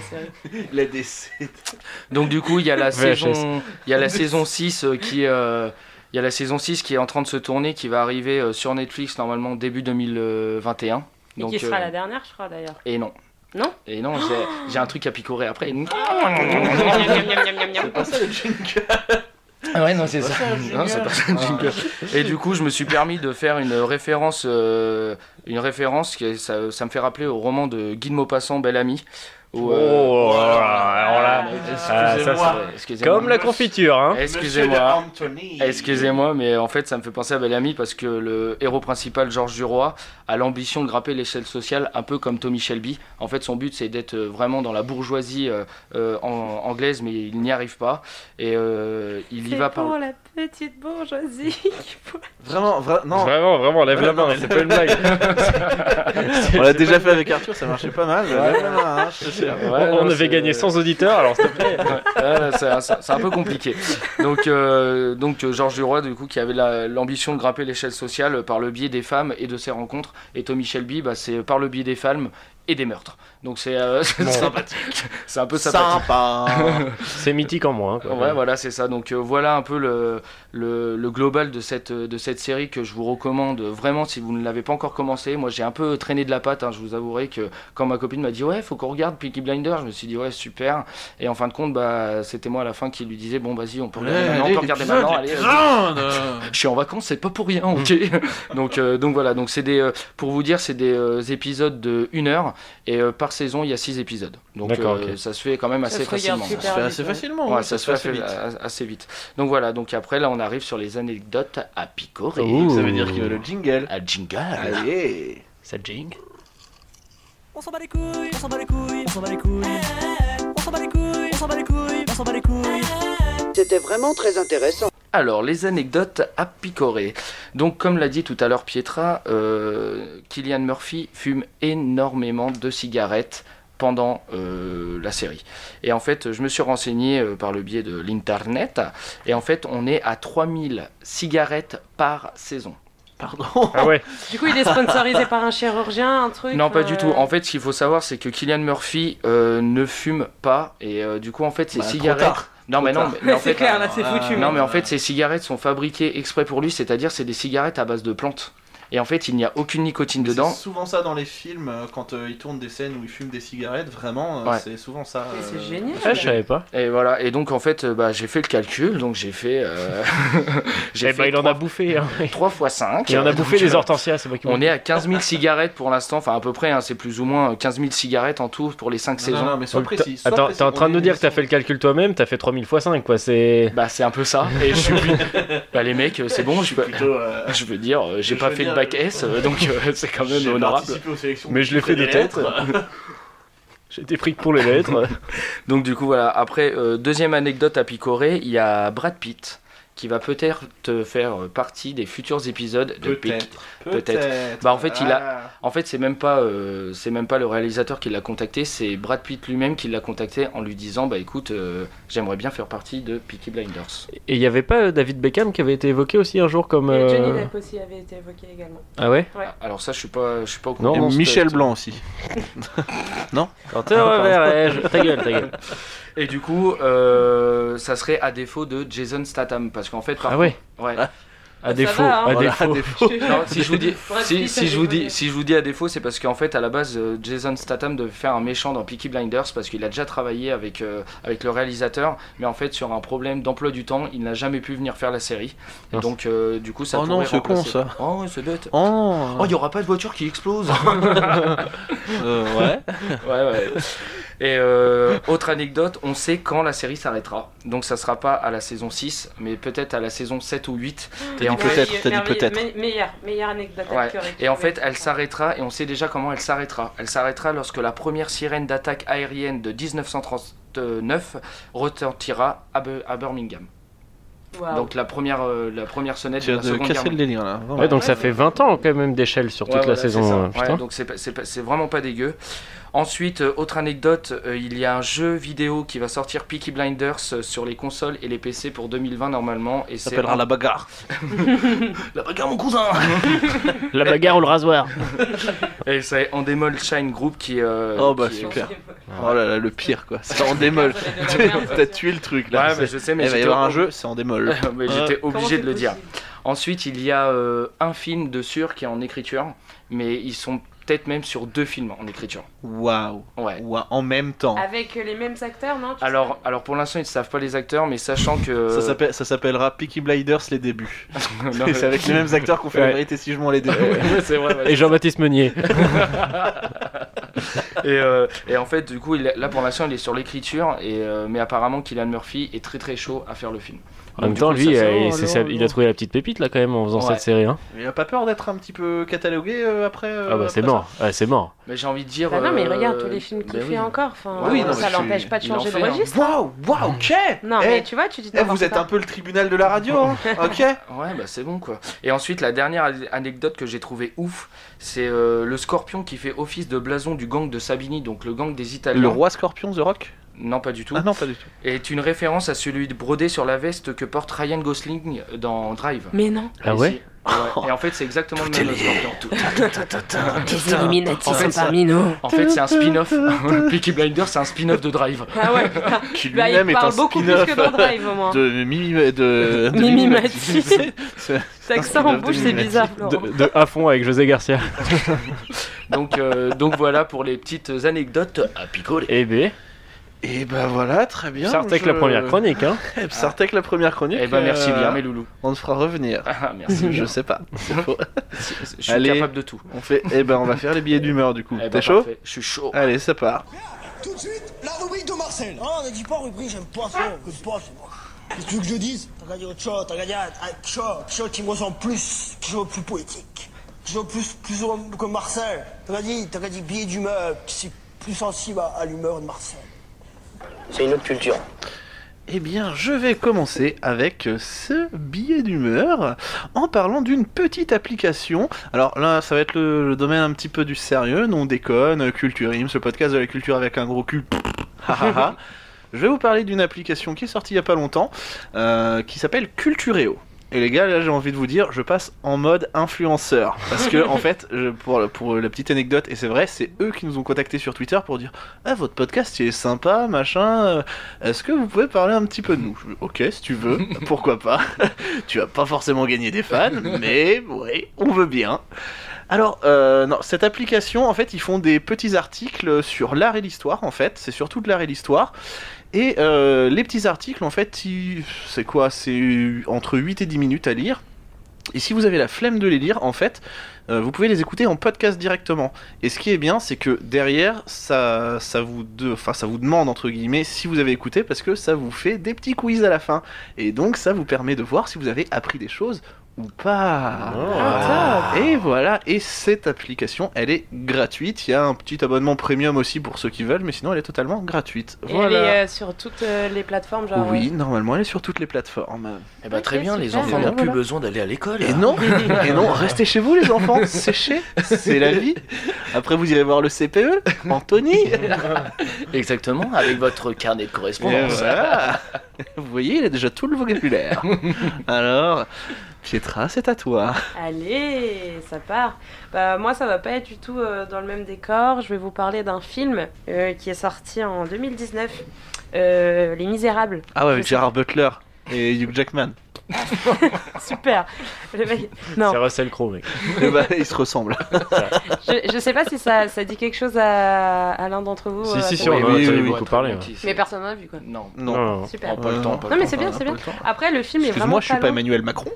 D: série.
B: Il a des CD.
C: Donc du coup, il y a la
A: VHS.
C: saison il y a la saison 6 euh, qui euh, il y a la saison 6 qui est en train de se tourner qui va arriver euh, sur Netflix normalement début euh, 2021.
D: Et
C: Donc
D: qui sera
C: euh,
D: la dernière je crois d'ailleurs.
C: et non.
D: Non
C: Et non, j'ai- j'ai un truc à picorer après.
B: C'est pas ça le jingle.
C: Ah ouais, non, c'est
B: ça.
C: ça. Non, c'est pas ça, le
B: Ah.
C: jingle. Et du coup, je me suis permis de faire une référence, euh, une référence qui est- ça, ça me fait rappeler au roman de Guy de Maupassant, Bel Ami. où, euh,
A: Oh, alors là,
C: ah, ça,
B: excusez-moi.
C: c'est- excusez-moi.
A: Comme la confiture, hein.
C: Excusez-moi.
B: Monsieur de Anthony.
C: Excusez-moi, mais en fait, ça me fait penser à Bel Ami parce que le héros principal, Georges Duroy, a l'ambition de grimper l'échelle sociale, un peu comme Tommy Shelby. En fait, son but, c'est d'être euh, vraiment dans la bourgeoisie euh, euh, en- anglaise, mais il n'y arrive pas. Et euh, il y
D: C'est
C: va
D: pour
C: par.
D: la petite bourgeoisie.
B: Vraiment, vra- non.
A: Vraiment, vraiment, lève la main, c'est pas une blague.
B: On l'a déjà fait avec Arthur, ça marchait pas mal. Voilà, hein, je te jure.
C: Ouais,
A: on
C: non,
A: avait
C: c'est-
A: gagné sans auditeur, alors s'il te plaît.
C: Ouais, ouais, c'est- c'est c'est un peu compliqué. Donc, euh, donc euh, Georges Duroy, du coup, qui avait la- l'ambition de grimper l'échelle sociale par le biais des femmes et de ses rencontres. Et Tommy Shelby, bah, c'est par le biais des femmes et des meurtres. Donc c'est euh, c'est sympathique. C'est un peu sympathique.
B: Sympa.
A: C'est mythique en moi. hein, quoi.
C: Ouais, voilà, c'est ça. Donc euh, voilà un peu le, le, le global de cette, de cette série que je vous recommande vraiment si vous ne l'avez pas encore commencé. Moi, j'ai un peu traîné de la patte, hein, je vous avouerai que quand ma copine m'a dit ouais, faut qu'on regarde Peaky Blinder, je me suis dit ouais, super. Et en fin de compte, bah, c'était moi à la fin qui lui disait bon, vas-y, on peut regarder maintenant, on peut regarder maintenant, allez, vas-y. Je suis en vacances, c'est pas pour rien, ok
A: Mm.
C: donc, euh, donc voilà, donc c'est des, euh, pour vous dire, c'est des euh, épisodes de 1 heure et euh, par saison, il y a 6 épisodes. Donc
A: D'accord,
C: euh,
A: ok.
C: ça se fait quand même
D: Ça
C: assez
D: se regarde
C: facilement.
B: Ça se fait assez facilement.
C: Ouais,
B: hein,
C: ça, se fait
B: fait
C: assez vite. Euh, assez vite. Donc voilà, donc après là on arrive sur les anecdotes à picorer.
A: Ouh.
B: Ça veut dire qu'il veut le jingle.
C: À jingle.
B: Allez.
A: Ça jing.
F: On s'en bat les couilles, on s'en bat les couilles, on s'en bat les couilles. On s'en bat les couilles, on s'en bat les couilles, on s'en bat les couilles.
G: C'était vraiment très intéressant.
C: Alors les anecdotes à picorer. Donc comme l'a dit tout à l'heure Pietra, euh, Killian Murphy fume énormément de cigarettes pendant euh, la série. Et en fait, je me suis renseigné euh, par le biais de l'internet et en fait, on est à 3000 cigarettes par saison.
B: Pardon.
A: Ah ouais.
D: Du coup il est sponsorisé par un chirurgien, un truc.
C: Non, pas
D: euh,
C: du tout. En fait, ce qu'il faut savoir, c'est que Killian Murphy euh, ne fume pas. Et euh, du coup, en fait, ses
B: Bah, trop
C: cigarettes.
B: tard.
C: Non, mais non,
B: tard.
C: mais, mais en
D: C'est
C: fait. euh,
D: clair là c'est
B: Ah,
D: foutu.
C: Non,
D: mais-
C: mais en fait, ces cigarettes sont fabriquées exprès pour lui, c'est-à-dire c'est des cigarettes à base de plantes. Et en fait, il n'y a aucune nicotine
B: C'est
C: dedans.
B: souvent ça dans les films, euh, quand euh, ils tournent des scènes où ils fument des cigarettes, vraiment, euh,
C: Ouais.
B: c'est souvent ça.
D: Mais c'est
B: euh,
D: génial.
A: Ah, je savais pas.
C: Et voilà. Et donc, en fait, euh, bah, j'ai fait le calcul. Donc, j'ai fait. euh,
A: Eh ben, il en a bouffé. hein.
C: 3 fois 5.
A: Il en a bouffé des hortensias, c'est moi qui
C: On est à 15 000 cigarettes pour l'instant, enfin à peu près, hein, c'est plus ou moins 15 000 cigarettes en tout pour les 5
B: Non,
C: saisons.
B: non, non, mais sois
A: Donc,
B: précis.
A: t'as-
B: sois
A: Attends,
B: précis,
A: t'es en train
B: on
A: de nous
B: est
A: dire que t'as
B: innocent.
A: fait le calcul toi-même, t'as fait 3000 fois 5, quoi. C'est.
C: Bah c'est un peu ça. Et je suis, plus- bah les mecs, c'est bon, je, peux-
B: Plutôt, euh,
C: je veux dire, euh, j'ai
B: Je
C: pas
B: veux
C: fait de
B: dire,
C: bac S, euh, donc euh, c'est quand même
B: j'ai
C: honorable.
B: participé aux sélections
A: Mais je l'ai fait des
B: préférées,
A: têtes.
B: euh,
A: J'ai été pris que pour les lettres.
C: Donc du coup voilà. Après euh, deuxième anecdote à picorer, il y a Brad Pitt qui va peut-être te faire euh, partie des futurs épisodes de Pic.
B: Peut-être. Ah.
C: Peut-être. Bah, en fait, il
B: a.
C: En fait, c'est même pas, euh, c'est même pas le réalisateur qui l'a contacté, c'est Brad Pitt lui-même qui l'a contacté en lui disant, bah écoute, euh, j'aimerais bien faire partie de Peaky Blinders.
A: Et il y avait pas euh, David Beckham qui avait été évoqué aussi un jour comme.
D: Et
A: euh,
D: Johnny Depp aussi avait été évoqué également.
A: Ah ouais
D: Ouais.
C: Alors ça, je suis pas, je suis pas au
A: Non,
C: courant.
A: non,
B: Michel Blanc aussi.
A: Quand t'es reverrai Ta gueule, ta gueule.
C: Et du coup, euh, ça serait à défaut de Jason Statham, parce qu'en fait, par-
A: Ah ouais
C: ouais.
A: À
D: Ça
A: défaut.
D: va, hein.
A: À
B: Voilà,
A: défaut.
D: Je te jure.
C: Non, si je vous dis,
D: Brad
C: si,
D: Pitt
C: si
D: a
C: je vous
D: déconné.
C: dis, si je vous dis à défaut, c'est parce qu'en fait, à la base, euh, Jason Statham devait faire un méchant dans Peaky Blinders parce qu'il a déjà travaillé avec euh, avec le réalisateur, mais en fait, sur un problème d'emploi du temps, il n'a jamais pu venir faire la série. Et
A: Mince.
C: donc, euh, du coup, ça.
B: Oh non,
C: pourrait
B: c'est con,
C: remplacer-
B: ça.
C: Oh, ouais, c'est bête.
B: Oh,
C: Oh, il y aura pas de voiture qui explose.
B: euh, ouais.
C: Ouais, ouais. Et euh, autre anecdote, on sait quand la série s'arrêtera. Donc ça sera pas à la saison 6, mais peut-être à la saison 7 ou 8. Et en,
B: dit
C: fait,
B: peut-être, t'as dit
D: Merveilleux-
B: peut-être.
D: me- Meilleure, meilleure anecdote.
C: Ouais.
D: acteur qui
C: et en
D: aurait
C: fait,
D: pu
C: elle
D: faire.
C: s'arrêtera et on sait déjà comment elle s'arrêtera. Elle s'arrêtera lorsque la première sirène d'attaque aérienne de 1939 retentira à, Bu- à Birmingham.
D: Waouh.
C: Donc la première, euh, la première sonnette
B: Tu
C: de
B: as
C: la
B: de
C: seconde guerre
B: casser le délire là.
A: Ouais, donc
D: Ouais,
A: ça
D: mais-
A: fait 20 ans quand même d'échelle sur
C: Ouais,
A: toute la
C: voilà, c'est ça.
A: saison. euh,
C: Ouais,
A: Putain.
C: donc c'est pas- c'est pas- c'est vraiment pas dégueu. Ensuite, euh, autre anecdote, euh, il y a un jeu vidéo qui va sortir Peaky Blinders euh, sur les consoles et les PC pour 2020 normalement. Et
B: Ça
C: c'est
B: s'appellera la bagarre.
C: La bagarre, mon cousin
A: La bagarre ou le rasoir
C: Et c'est Endemol Shine Group qui. euh,
B: Oh, bah,
C: qui est-
D: Non,
B: super.
D: c'est- Ouais,
B: Oh là là, le pire quoi. C'est en démol.
D: ça fait de la merde,
B: T'as
D: ça.
B: tué le truc là.
C: Ouais, mais je sais, mais
B: Il va y
C: j'étais
B: avoir un
C: ob-
B: jeu, c'est en démol.
C: mais j'étais
D: Euh, Comment
C: obligé
D: c'est
C: de le dire.
D: possible
C: Ensuite, il y a euh, un film de sûr qui est en écriture, mais ils sont peut-être même sur deux films en écriture.
B: Waouh.
C: Ouais.
B: Ouah, En même temps.
D: Avec euh, les mêmes acteurs, non tu
C: Alors, alors pour l'instant, ils ne savent pas les acteurs, mais sachant que.
B: Ça s'appelle- Ça s'appellera Peaky Blinders les débuts.
C: Euh. Ah, Non,
B: C'est avec les mêmes acteurs qu'on fait
A: Ouais.
B: la vérité si je m'en les débuts.
C: c'est vrai, ouais.
A: Et Jean-Baptiste Meunier.
C: et, euh, et en fait, du coup, il est- là pour l'instant, il est sur l'écriture, et, euh, mais apparemment, Kylian Murphy est très très chaud à faire le film.
A: En
C: Donc,
A: même
C: du
A: temps,
C: coup,
A: lui,
C: ça,
A: euh,
C: c'est-
A: il, s'est- il a trouvé la petite pépite là quand même en faisant
C: Ouais.
A: cette série. Hein.
B: Il a pas peur d'être un petit peu catalogué euh, après euh,
A: ah bah
B: après
A: c'est
B: ça
A: mort, Ah, c'est mort.
C: Mais j'ai envie de dire.
D: Bah non, mais
C: euh,
D: regarde tous les films qu'il
C: bah oui.
D: fait encore. Enfin,
C: Ouais, oui,
D: euh,
C: non,
D: ça
B: mais je
D: l'empêche
B: suis-
D: pas de
C: il en
D: changer
C: fait,
D: de
C: hein.
D: registre.
B: Waouh, waouh, ok
D: Non,
B: Eh,
D: mais tu vois, tu dis.
B: eh, vous êtes un peu le tribunal de la radio, hein, ok
C: Ouais, bah c'est bon quoi. Et ensuite, la dernière a- anecdote que j'ai trouvée ouf, c'est euh, le scorpion qui fait office de blason du gang de Sabini, donc le gang des Italiens.
B: Le roi scorpion, The Rock
C: Non, pas du tout.
B: Ah non, pas du tout.
C: Est une référence à celui de brodé sur la veste que porte Ryan Gosling dans Drive.
D: Mais non,
A: Ah
C: Et
A: ouais
C: si- ouais. Et en fait, c'est exactement le même scorpion.
D: les Illuminati
C: En fait,
D: sont
C: ça-
D: parmi nous.
C: En fait, c'est un spin-off. Peaky Blinders, c'est un spin-off de Drive.
D: Ah ouais,
B: Qui
D: bah,
B: lui-même
D: il
B: est un
D: parle beaucoup plus
B: spin-off
D: que dans Drive au moins.
B: de Mimi... De, de
D: Mimi
B: Mati.
D: Mati.
B: C'est-
D: Cet accent en
B: spin-off de
D: bouche, c'est
B: Mimimati.
D: bizarre, Florent.
A: De, de à fond avec José Garcia.
C: Donc, euh, donc voilà pour les petites anecdotes à picoler.
A: Eh ben,
B: Et bah voilà, très bien.
A: sortez avec la première chronique. Hein.
B: Eh, Sortez avec la première chronique.
C: Eh ben, merci
B: euh,
C: bien, mes loulous.
B: On te fera revenir.
C: Ah, merci.
B: Je sais pas. c'est faux.
C: Je suis
B: Allez.
C: capable de tout.
B: On fait... Eh ben on va faire les billets d'humeur du coup.
C: Eh ben,
B: T'es chaud
C: parfait. Je suis chaud.
A: Ah.
B: Allez, ça part.
H: Tout de suite, la rubrique de Marcel. Ah, ne dis pas rubrique, j'aime pas ça. J'aime pas, c'est moche. Qu'est-ce que tu veux que je dise T'as qu'à dire autre chose, t'as qu'à dire ah, quelque chose, quelque chose qui me ressemble plus, quelque chose de plus poétique, quelque chose de plus, plus homme que Marcel. T'as qu'à dire, t'as qu'à dire billet d'humeur, c'est plus sensible à, à l'humeur de Marcel. C'est une autre culture.
B: Eh bien, je vais commencer avec ce billet d'humeur en parlant d'une petite application. Alors là, ça va être le, le domaine un petit peu du sérieux, non déconne, euh, Culture Ims, le podcast de la culture avec un gros cul. Ha, ha, ha. je vais vous parler d'une application qui est sortie il y a pas longtemps, euh, qui s'appelle Cultureo. Et les gars, là, j'ai envie de vous dire, je passe en mode influenceur. Parce que, en fait, je- pour, pour la petite anecdote, et c'est vrai, c'est eux qui nous ont contactés sur Twitter pour dire Ah, votre podcast, il est sympa, machin. euh, Est-ce que vous pouvez parler un petit peu de nous Je fais, Ok, si tu veux, pourquoi pas. tu vas pas forcément gagner des fans, mais oui, on veut bien. Alors, euh, non, cette application, en fait, ils font des petits articles sur l'art et l'histoire, en fait. C'est surtout de l'art et l'histoire. Et euh, les petits articles, en fait, ils- c'est quoi C'est entre 8 et 10 minutes à lire. Et si vous avez la flemme de les lire, en fait, euh, vous pouvez les écouter en podcast directement. Et ce qui est bien, c'est que derrière, ça, ça, vous de- enfin, ça vous demande, entre guillemets, si vous avez écouté, parce que ça vous fait des petits quiz à la fin. Et donc, ça vous permet de voir si vous avez appris des choses ou pas.
D: Ah,
B: Et voilà, et cette application, elle est gratuite. Il y a un petit abonnement premium aussi pour ceux qui veulent, mais sinon, elle est totalement gratuite.
D: Et
B: voilà.
D: elle est euh, sur toutes euh, les plateformes, genre.
B: Oui, normalement, elle est sur toutes les plateformes.
C: Eh ben, très
D: Ok,
C: bien, les
D: super.
C: enfants
B: Et
C: n'ont
B: voilà.
C: plus besoin d'aller à
D: Ah.
C: l'école.
B: Et non, et non, restez chez vous les enfants, séchez, c'est la vie. Après vous irez voir le CPE, Anthony.
C: Exactement, avec votre carnet de
B: Et
C: correspondance.
B: voilà. Vous voyez, il a déjà tout le vocabulaire. Alors, Pietra, c'est à toi.
D: Allez, ça part. Bah, moi, ça va pas être du tout euh, dans le même décor. Je vais vous parler d'un film euh, qui est sorti en 2019, euh, Les Misérables.
B: Ah ouais, avec
D: C'est
B: Gérard Butler et Hugh Jackman.
D: Super. Le mec-
A: C'est
D: Non,
A: Russell Crowe, mec.
B: Eh ben, ils se ressemblent.
D: je, je sais pas si ça, ça dit quelque chose à, à l'un d'entre vous.
A: Si, si,
D: euh, à
A: si,
D: ce
A: on
B: oui,
A: en
D: moment.
A: a
B: oui,
A: entendu
B: oui.
A: beaucoup parler. ouais.
D: Mais personne n'a vu quoi.
C: Non.
B: Non.
A: Non, non.
D: Super.
C: pas le temps, pas
D: Non,
C: le
D: mais
C: temps,
D: c'est bien, c'est
C: pas
D: bien.
C: le temps.
D: Après, le film est vraiment.
B: Oh. Excuse-moi, je suis pas
D: long. Euh,
B: Emmanuel Macron.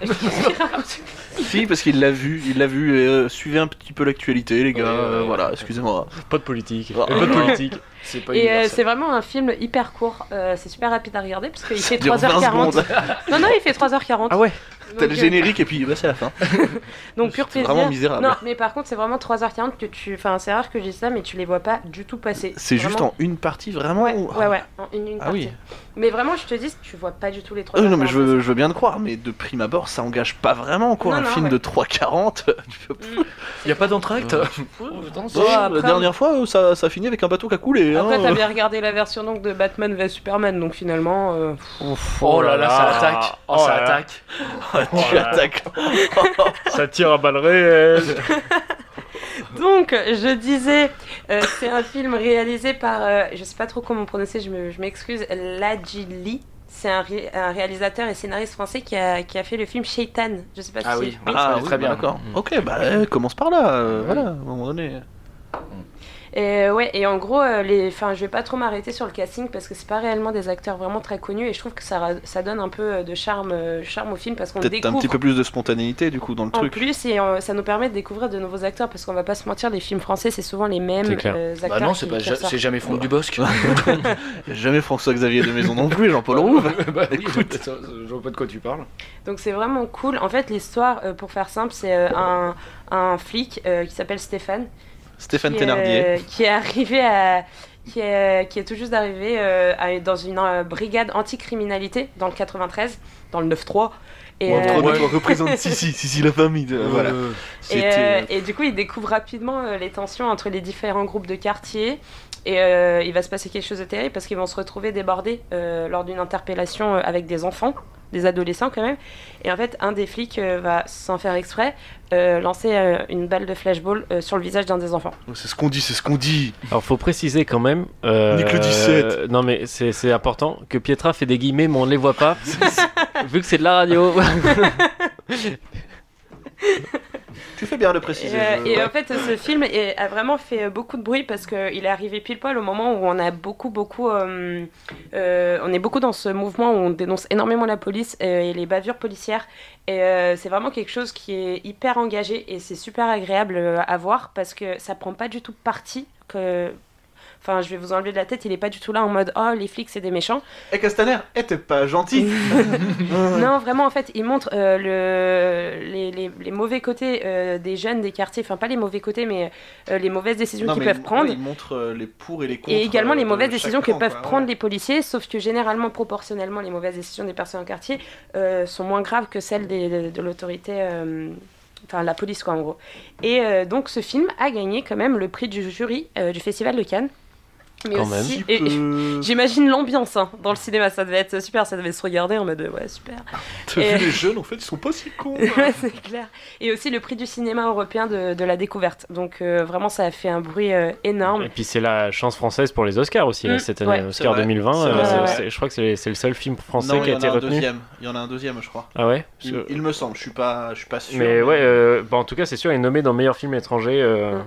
D: Le-
B: si, parce qu'il l'a vu, il l'a vu. euh, suivez un petit peu l'actualité, les gars.
C: Ouais, ouais,
B: euh,
C: ouais.
B: voilà, excusez-moi.
A: Pas de politique.
B: Ah,
A: Pas de
C: non.
A: politique.
C: C'est pas
D: Et euh,
C: universel.
D: c'est vraiment un film hyper court. Euh, c'est super rapide à regarder parce qu'il
B: Ça
D: fait
B: dure
D: 3h40.
B: secondes.
D: Non, non, il fait 3h40.
B: Ah ouais,
D: Donc,
B: t'as le
D: euh,
B: générique et puis bah, c'est la fin.
D: Donc pur
B: C'est
D: plaisir.
B: vraiment misérable.
D: Non, mais par contre, c'est vraiment 3h40 que tu. Enfin, c'est rare que je dise ça, mais tu les vois pas du tout passer.
B: C'est juste
D: Vraiment.
B: en une partie, vraiment
D: Ouais,
B: ou-
D: ouais, ouais, en une, une
B: Ah oui.
D: partie. Mais vraiment, je te dis, tu vois pas du tout les
B: Ah
D: 3
B: oui, non, mais je veux, je veux bien te croire, mais de prime abord, ça engage pas vraiment, quoi.
D: Non,
B: un
D: non,
B: film
D: ouais.
B: de 3,40.
C: Y a pas d'entracte
D: Bon,
B: la
D: après-
B: dernière fois, euh, ça, ça finit avec un bateau qui a coulé.
D: Après,
B: hein.
D: t'as bien regardé la version donc de Batman vs Superman, donc finalement. euh,
C: Oh là là, ça attaque
A: Oh
C: Ça
A: là là.
C: attaque
B: tu attaques.
A: Ça tire à balles réelles.
D: Donc, je disais, euh, c'est un film réalisé par, euh, je sais pas trop comment prononcer, je me- je m'excuse, Ladjili. C'est un, ré- un réalisateur et scénariste français qui a, qui a fait le film Shaitan. Je sais pas
C: Ah
D: si
C: oui.
B: Ah,
C: ça,
B: oui,
C: très bien.
B: D'accord.
D: Mm.
B: Ok, bah euh, commence par là. euh,
C: Oui.
B: Voilà, à un moment donné.
D: Et ouais, et en gros, euh, les... enfin, je vais pas trop m'arrêter sur le casting parce que c'est pas réellement des acteurs vraiment très connus et je trouve que ça, ra- ça donne un peu euh, de charme, euh, charme au film parce qu'on
B: Peut-être un
D: découvre
B: petit peu plus de spontanéité, du coup, dans le
D: en
B: truc.
D: plus et euh, ça nous permet de découvrir de nouveaux acteurs parce qu'on va pas se mentir, les films français c'est souvent les mêmes
A: C'est clair.
D: euh, acteurs.
C: Bah non, c'est
D: qui-
C: pas-
D: qui
C: ja-
D: ressortent.
C: c'est jamais Franck Dubosc.
B: Jamais François-Xavier de Maison non plus, Jean-Paul Rouve.
C: Bah oui, je vois pas de quoi tu parles.
D: Donc c'est vraiment cool. En fait, l'histoire, euh, pour faire simple, c'est euh, un, un flic euh, qui s'appelle Stéphane
B: Stéphane
D: qui,
B: Thénardier.
D: euh, qui est arrivé à. Qui est, qui est tout juste arrivé euh, à- dans une euh, brigade anticriminalité dans le 93, dans le 9-3. Et,
B: Ou entre
D: euh,
B: nous, on représente si, si, si, si, la famille.
C: Euh,
B: de- Voilà.
D: et,
B: C'était-
D: euh, et du coup, il découvre rapidement euh, les tensions entre les différents groupes de quartier. Et euh, il va se passer quelque chose de terrible parce qu'ils vont se retrouver débordés euh, lors d'une interpellation euh, avec des enfants, des adolescents quand même. Et en fait, un des flics euh, va, sans faire exprès, euh, lancer euh, une balle de flashball euh, sur le visage d'un des enfants.
B: C'est ce qu'on dit, c'est ce qu'on dit.
A: Alors, faut préciser quand même. euh,
B: Nique le 17.
A: Non, mais c'est c'est important que Pietra fait des guillemets, mais on ne les voit pas. Vu que c'est de la radio.
B: Tu fais bien de le préciser.
D: Euh,
B: je-
D: et en fait, ce film est- a vraiment fait euh, beaucoup de bruit parce qu'il est arrivé pile poil au moment où on a beaucoup, beaucoup, euh, euh, on est beaucoup dans ce mouvement où on dénonce énormément la police euh, et les bavures policières. Et euh, c'est vraiment quelque chose qui est hyper engagé et c'est super agréable euh, à voir parce que ça prend pas du tout parti. Que... Enfin, je vais vous enlever de la tête, il est pas du tout là en mode oh les flics c'est des méchants.
B: Eh Castaner, eh t'es pas gentil
D: Non, vraiment, en fait, il montre euh, le, les, les- les mauvais côtés euh, des jeunes des quartiers, enfin pas les mauvais côtés, mais euh, les mauvaises décisions qu'ils peuvent prendre.
B: Ils montrent euh, les pour et les contre.
D: Et également
B: euh,
D: les
B: de
D: mauvaises
B: chaque
D: décisions que
B: camp,
D: peuvent
B: quoi,
D: prendre
B: ouais.
D: les policiers, sauf que généralement, proportionnellement, les mauvaises décisions des personnes en quartier euh, sont moins graves que celles des- de, de l'autorité, euh, enfin la police quoi en gros. Et euh, donc ce film a gagné quand même le prix du jury euh, du Festival de Cannes. Mais
A: Quand
D: aussi-
B: Tu
D: et- et-
B: peux-
D: J'imagine l'ambiance hein, dans le cinéma, ça devait être super, ça devait se regarder en mode euh, ouais super.
B: T'as
D: et-
B: vu les jeunes en fait ils sont pas si cons. hein.
D: Ouais, c'est clair. Et aussi le prix du cinéma européen de, de la découverte. Donc euh, vraiment, ça a fait un bruit euh, énorme.
A: Et puis c'est la chance française pour les Oscars aussi, là,
D: Mm,
A: cette
D: ouais,
A: année.
D: c'est
A: Oscar
B: vrai.
A: 2020,
B: C'est
A: euh,
D: vrai,
A: c'est-
D: ouais.
A: c'est- je crois que c'est le- c'est le seul film français
B: Non,
A: qui
B: il y
A: a
B: en
A: été
B: a un
A: retenu.
B: deuxième. Il y en a un deuxième, je crois.
A: Ah ouais
B: Il, il me semble. Je suis pas, je suis pas sûr.
A: Mais ouais, euh, bah, en tout cas, c'est sûr, il est nommé dans meilleur film étranger euh,
D: Mm.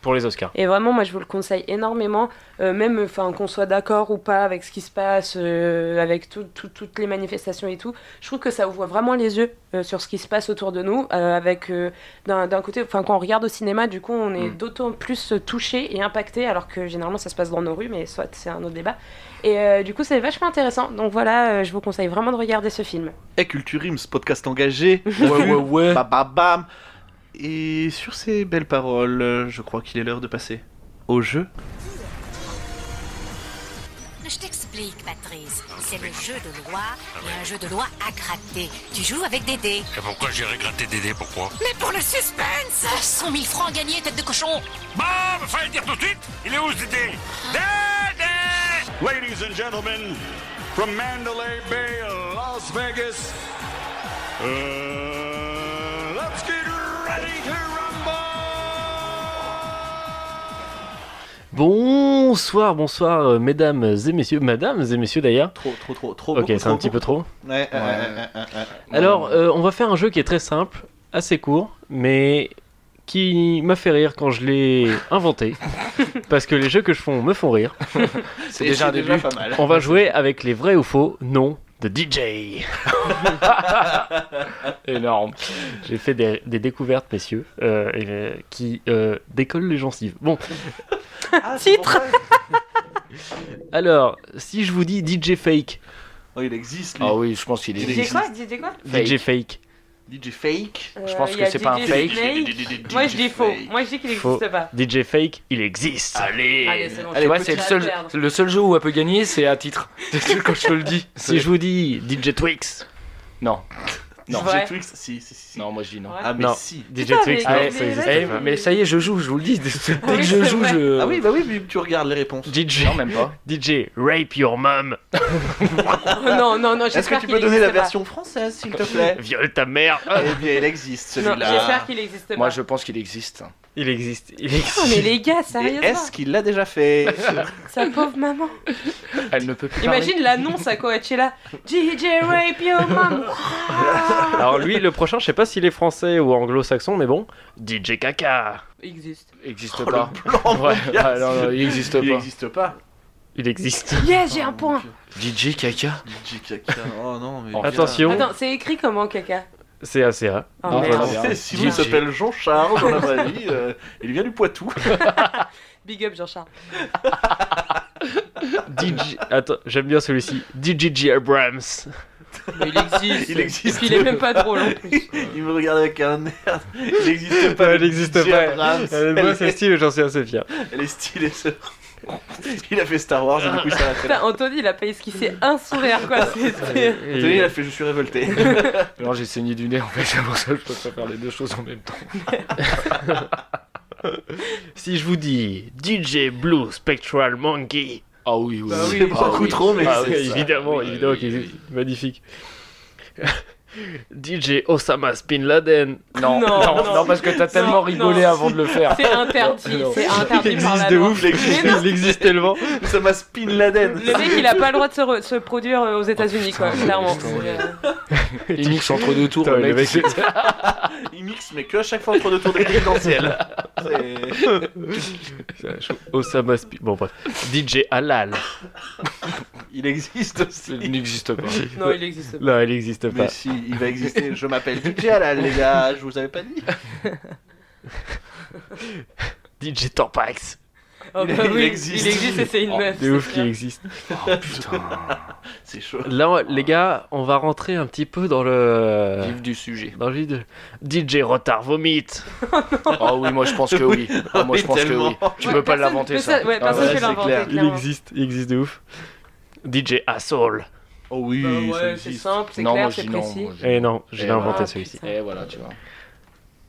A: pour les Oscars.
D: Et vraiment, moi, je vous le conseille énormément, euh, même enfin qu'on soit d'accord ou pas avec ce qui se passe, euh, avec tout- tout- toutes les manifestations et tout. Je trouve que ça ouvre vraiment les yeux euh, sur ce qui se passe autour de nous. euh, avec euh, d'un d'un côté, enfin quand on regarde au cinéma, du coup, on est
C: Mm.
D: d'autant plus touché et impacté, alors que généralement, ça se passe dans nos rues, mais soit c'est un autre débat. Et euh, du coup, c'est vachement intéressant. Donc voilà, euh, je vous conseille vraiment de regarder ce film.
B: Hey, Culture Ims, podcast engagé.
C: Ouais, ouais, ouais.
B: Bam, bam, bam. Et sur ces belles paroles, euh, je crois qu'il est l'heure de passer au jeu.
I: Je t'explique, Patrice. C'est le jeu de loi et un jeu de loi à gratter. Tu joues avec des dés.
E: Et pourquoi j'irai gratter Dédé Pourquoi
I: Mais pour le suspense 100 000 francs gagnés, tête de cochon
E: Bah, fallait dire tout de suite Il est où Dédé Dédé Ladies and gentlemen, from Mandalay Bay, Las Vegas, uh, let's get ready to rumble
A: Bonsoir, bonsoir, euh, mesdames et messieurs, madames et messieurs d'ailleurs.
B: Trop, trop, trop, trop.
A: Ok,
B: beaucoup,
A: c'est un
B: trop,
A: petit peu
B: beaucoup. Mm.
A: trop.
B: Ouais, ouais, ouais,
C: Ouais.
B: ouais, ouais, ouais.
A: Alors, euh, on va faire un jeu qui est très simple, assez court, mais qui m'a fait rire quand je l'ai inventé. parce que les jeux que je fais me font rire.
C: c'est
B: Et
C: déjà un
B: c'est
C: début.
B: pas mal.
A: On va jouer avec les vrais ou faux noms de DJ.
C: Énorme.
A: J'ai fait des, des découvertes, messieurs, euh, et, euh, qui euh, décollent les gencives. Bon,
B: Ah, c'est pour
D: Titre.
B: ça.
A: alors, si je vous dis DJ Fake,
B: Oh, il existe lui.
C: Ah oui, je pense qu'il
B: Il
D: Dis
C: est.
B: existe.
D: quoi Dis quoi Euh,
A: DJ Fake,
B: DJ Fake.
C: Je pense que c'est pas un fake.
D: Moi, je dis faux. Moi, je dis qu'il
A: Faux.
D: n'existe pas.
A: DJ Fake, il existe.
D: Allez, c'est bon.
C: Tu vois,
D: je
C: c'est le
D: vais
C: seul,
D: perdre.
C: le seul jeu où elle peut gagner, c'est à titre. C'est quand je te le dis.
A: Si je vous dis DJ Twix,
C: Non, Non.
B: DJ
D: Ouais.
B: Twix, si, si, si. si.
C: non, moi je dis non.
D: Ouais.
B: Ah, mais
A: Non.
B: si.
A: DJ
D: Putain,
A: Twix,
D: mais-
A: non,
C: mais-
A: ça existe
C: Eh,
A: pas.
C: mais ça y est, je joue, je vous le dis. Dès que je
D: c'est
C: joue,
D: vrai.
C: je.
B: Ah oui, bah oui, mais tu regardes les réponses.
A: DJ,
C: Non, même pas.
A: DJ Rape Your Mom,
C: Ah
D: Non, non, non,
B: bah. Est-ce
D: j'espère
B: que tu peux
D: qu'il
B: donner la
D: existe pas.
B: version française, s'il te plaît
A: viole ta mère. Ah,
B: Eh bien, il existe
D: Non, j'espère
B: celui-là.
D: qu'il existe pas.
C: Moi, je pense qu'il existe.
A: Il existe, il existe.
D: Oh, mais les gars,
B: Et
D: sérieusement,
B: est-ce qu'il l'a déjà fait
D: sa pauvre maman.
C: Elle ne peut plus.
D: Imagine l'annonce à Coachella. DJ Rape Your Mom.
A: Alors lui, le prochain, je sais pas s'il est français ou anglo-saxon, mais bon, DJ Kaka,
D: Existe.
C: parler. Existe
B: Oh, le
C: pas.
B: blanc,
C: Ouais,
B: mon gars.
C: ah, non, non, il existe
B: Il
C: pas.
B: n'existe pas. Oh,
A: il existe.
D: Yes, j'ai un point.
C: DJ Kaka.
B: DJ Kaka. Oh non, mais.
C: Oh,
A: Attention.
D: Attends, c'est écrit comment, caca
A: C'est ACA.
D: Oh,
C: Non,
D: merde.
C: vraiment.
B: Tu sais, Ah, Si
C: DJ.
B: vous s'appelle Jean-Charles dans la vraie vie, euh, il vient du Poitou.
D: Big up Jean-Charles.
A: DJ, attends, j'aime bien celui-ci. DJJ Abrams.
D: Mais il existe.
B: Il existe.
D: Et puis il est même pas drôle en plus.
B: Il me regarde avec un air. Il n'existe pas.
A: Ouais,
B: le
A: il n'existe
B: DJ
A: pas.
B: Abrams.
A: Euh,
B: Elle
A: moi,
B: est-
A: c'est style, j'en suis assez fier.
B: Elle est stylée, ce- Il a fait Star Wars et du coup, il s'est arrêté là.
D: Putain, Anthony, il a pas esquissé un sourire, quoi. C'était.
B: Tenez, il
A: Et-
B: a fait Je suis révolté.
C: Non, j'ai saigné du nez en fait, c'est pour ça que je peux pas faire les deux choses en même temps.
A: si je vous dis DJ Blue Spectral Monkey,
C: Ah oui, oui.
B: Bah oui,
C: Ah
B: beaucoup
C: oui.
B: trop, mais
C: Ah
A: Ah
B: c'est
A: oui,
C: ça.
A: évidemment,
C: Oui,
A: évidemment
C: oui,
A: qu'il
C: oui.
A: existe. Magnifique. DJ Osama Spin Laden.
C: Non, non,
D: Non,
C: non,
D: non.
C: parce que t'as tellement
D: Non,
C: rigolé
D: non.
C: avant de le faire.
D: C'est interdit,
C: Non.
D: c'est interdit par la loi.
B: il existe.
D: Mais non.
A: Il existe tellement.
B: Ça m'a spin l'Aden.
D: Le mec, il a pas le droit de se, re- se produire euh, aux États-Unis, quoi, clairement. C'est, euh,
C: Il mixe entre deux tours,
A: Putain,
C: le
A: le
C: mec.
A: mec,
B: Il mixe, mais que à chaque fois entre deux tours de présidentiel. C'est-
A: C'est chaud. Osama Spin. Bon, bref. DJ Halal.
B: Il existe aussi.
C: Il n'existe pas.
D: Non, il existe pas.
A: Non, il n'existe pas.
B: Mais si, il va exister. Je m'appelle DJ Halal, les gars. Je vous avais pas dit.
A: DJ Torpax.
D: Oh,
B: il-
D: bah
B: il
D: oui,
B: existe.
D: Il existe et c'est une
C: Oh,
D: meuf.
A: C'est ouf
D: clair.
A: qu'il existe.
C: Ah, Putain.
B: C'est chaud.
A: Là, les gars, on va rentrer un petit peu dans le.
B: Euh.
C: Vive du sujet.
A: Dans le vide. DJ Retard Vomite.
C: Ah oui, moi je pense que oui. Ah, moi je
B: Oui,
C: pense que
B: tellement.
C: oui. Tu
D: Ouais,
C: peux pas
D: personne
C: l'inventer
D: peut
C: ça.
D: Ouais,
C: Ah,
D: personne
B: ouais,
D: peut
B: c'est
D: l'inventer,
B: clair.
A: Il
D: clairement.
A: existe, il existe de ouf. DJ Assault.
B: Oh oui,
D: Bah
B: ça
D: ouais, c'est
B: existe.
D: simple, c'est
C: Non, moi
D: clair,
C: je
D: c'est
C: dis non.
D: précis.
C: moi, je dis
A: Eh
C: non.
A: non, je l'ai
C: Eh
A: inventé
D: ouais.
A: celui-ci.
C: Eh voilà, tu vois.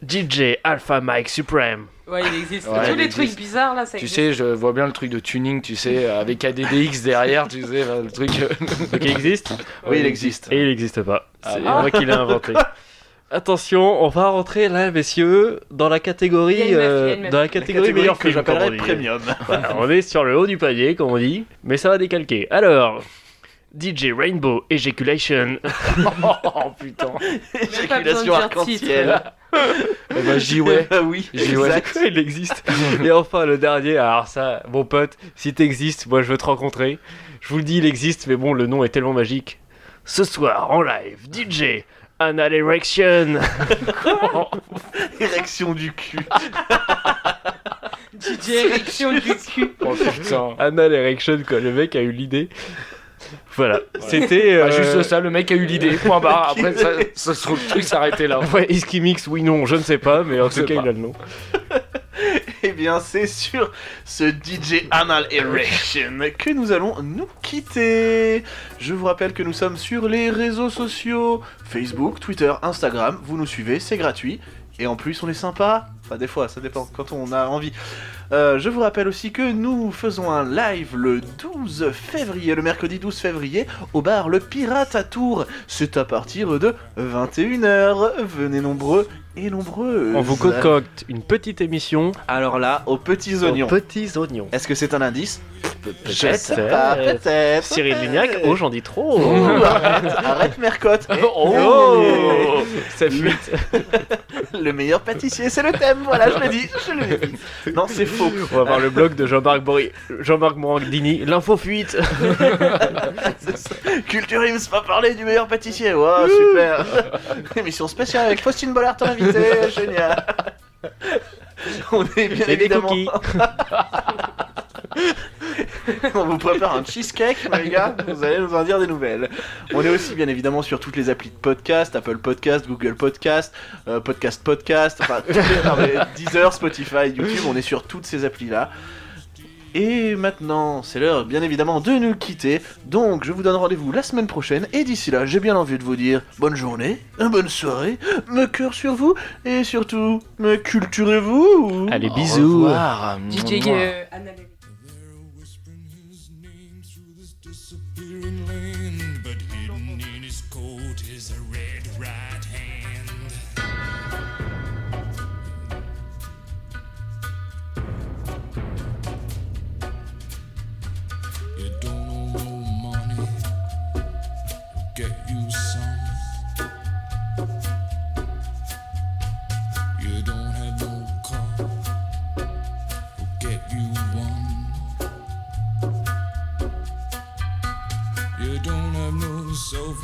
A: DJ Alpha Mike Supreme.
D: Ouais, il existe.
C: Ouais,
D: Tous
C: il
D: les
C: existe.
D: trucs bizarres là, ça
C: Tu
D: existe.
C: sais, je vois bien le truc de tuning, tu sais, avec ADDX derrière, tu sais, le truc. euh,
A: Donc il existe
C: Oui, il existe.
A: Et il n'existe pas.
C: Ah.
A: C'est moi qui l'ai inventé. Attention, on va rentrer là, messieurs, dans la
B: Il y a
A: catégorie,
B: une meuf,
A: euh,
B: il y a une meuf.
A: dans la
B: La
A: catégorie,
B: catégorie
A: meilleur
B: que
A: film,
B: j'appellerais
A: comme on dit.
B: premium.
A: Voilà, on est sur le haut du palier, comme on dit, mais ça va décalquer. Alors, DJ Rainbow Ejaculation.
C: oh putain.
A: Éjaculation arc-en-ciel.
C: Eh ben, j'y ouais.
B: Bah oui,
A: J'y ouais.
B: exact.
A: il existe. Et enfin, le dernier, alors ça, mon pote, si t'existes, moi je veux te rencontrer. Je vous le dis, il existe, mais bon, le nom est tellement magique. Ce soir, en live, DJ Anal Erection.
B: Érection du cul.
D: DJ Érection du cul.
C: Oh putain.
A: Anal Erection, quoi, le mec a eu l'idée. Voilà, c'était.
C: Ah,
A: euh,
C: juste ça, le mec a eu l'idée, point barre. Après, ça, ça se trouve, le truc s'arrêtait là.
A: Ouais, est-ce qu'il mixe Oui, non, je ne sais pas, mais en tout
C: sait
A: cas,
C: pas.
A: il a le nom.
B: Eh bien, c'est sur ce DJ Anal Erection que nous allons nous quitter. Je vous rappelle que nous sommes sur les réseaux sociaux Facebook, Twitter, Instagram. Vous nous suivez, c'est gratuit. Et en plus, on est sympa. Enfin, des fois, ça dépend quand on a envie. Euh, je vous rappelle aussi que nous faisons un live le 12 février, le mercredi 12 février, au bar Le Pirate à Tours. C'est à partir de 21h. Venez nombreux et nombreux.
A: On vous concocte une petite émission
B: Alors là, aux petits oignons.
A: aux petits oignons.
B: Est-ce que c'est un indice Je
A: Peut-être.
B: sais pas, peut-être.
A: Cyril Lignac,
B: peut-être.
A: oh, j'en dis trop.
B: Ouh, arrête, arrête Mercotte.
A: Oh, ça fuite.
B: Le meilleur pâtissier, c'est le thème. Voilà, je le dis, je le dis. Non, c'est faux.
A: On va voir le blog de Jean-Marc Bory... Jean-Marc Morandini, l'info fuite.
B: C'est ça. Culture Ims va parler du meilleur pâtissier. Waouh, super. Émission spéciale avec Faustine Bollard, ton invité. Génial. On est bien
A: Et des
B: évidemment.
A: cookies.
B: On vous prépare un cheesecake, les gars. Vous allez nous en dire des nouvelles. On est aussi, bien évidemment, sur toutes les applis de podcast Apple Podcast, Google Podcast, euh, Podcast Podcast, enfin, toutes les- non, mais Deezer, Spotify, YouTube. On est sur toutes ces applis-là. Et maintenant, c'est l'heure, bien évidemment, de nous quitter. Donc, je vous donne rendez-vous la semaine prochaine. Et d'ici là, j'ai bien envie de vous dire bonne journée, bonne soirée, me cœur sur vous, et surtout, me culturez-vous.
A: Allez,
C: Au
A: bisous.
C: revoir.
D: DJ
C: Mouah.
D: euh, Anal Erection.
J: disappearing land, but hidden in his coat is a red right hand. You don't owe no money, I'll get you some. You don't have no car, I'll get you one. You don't have no self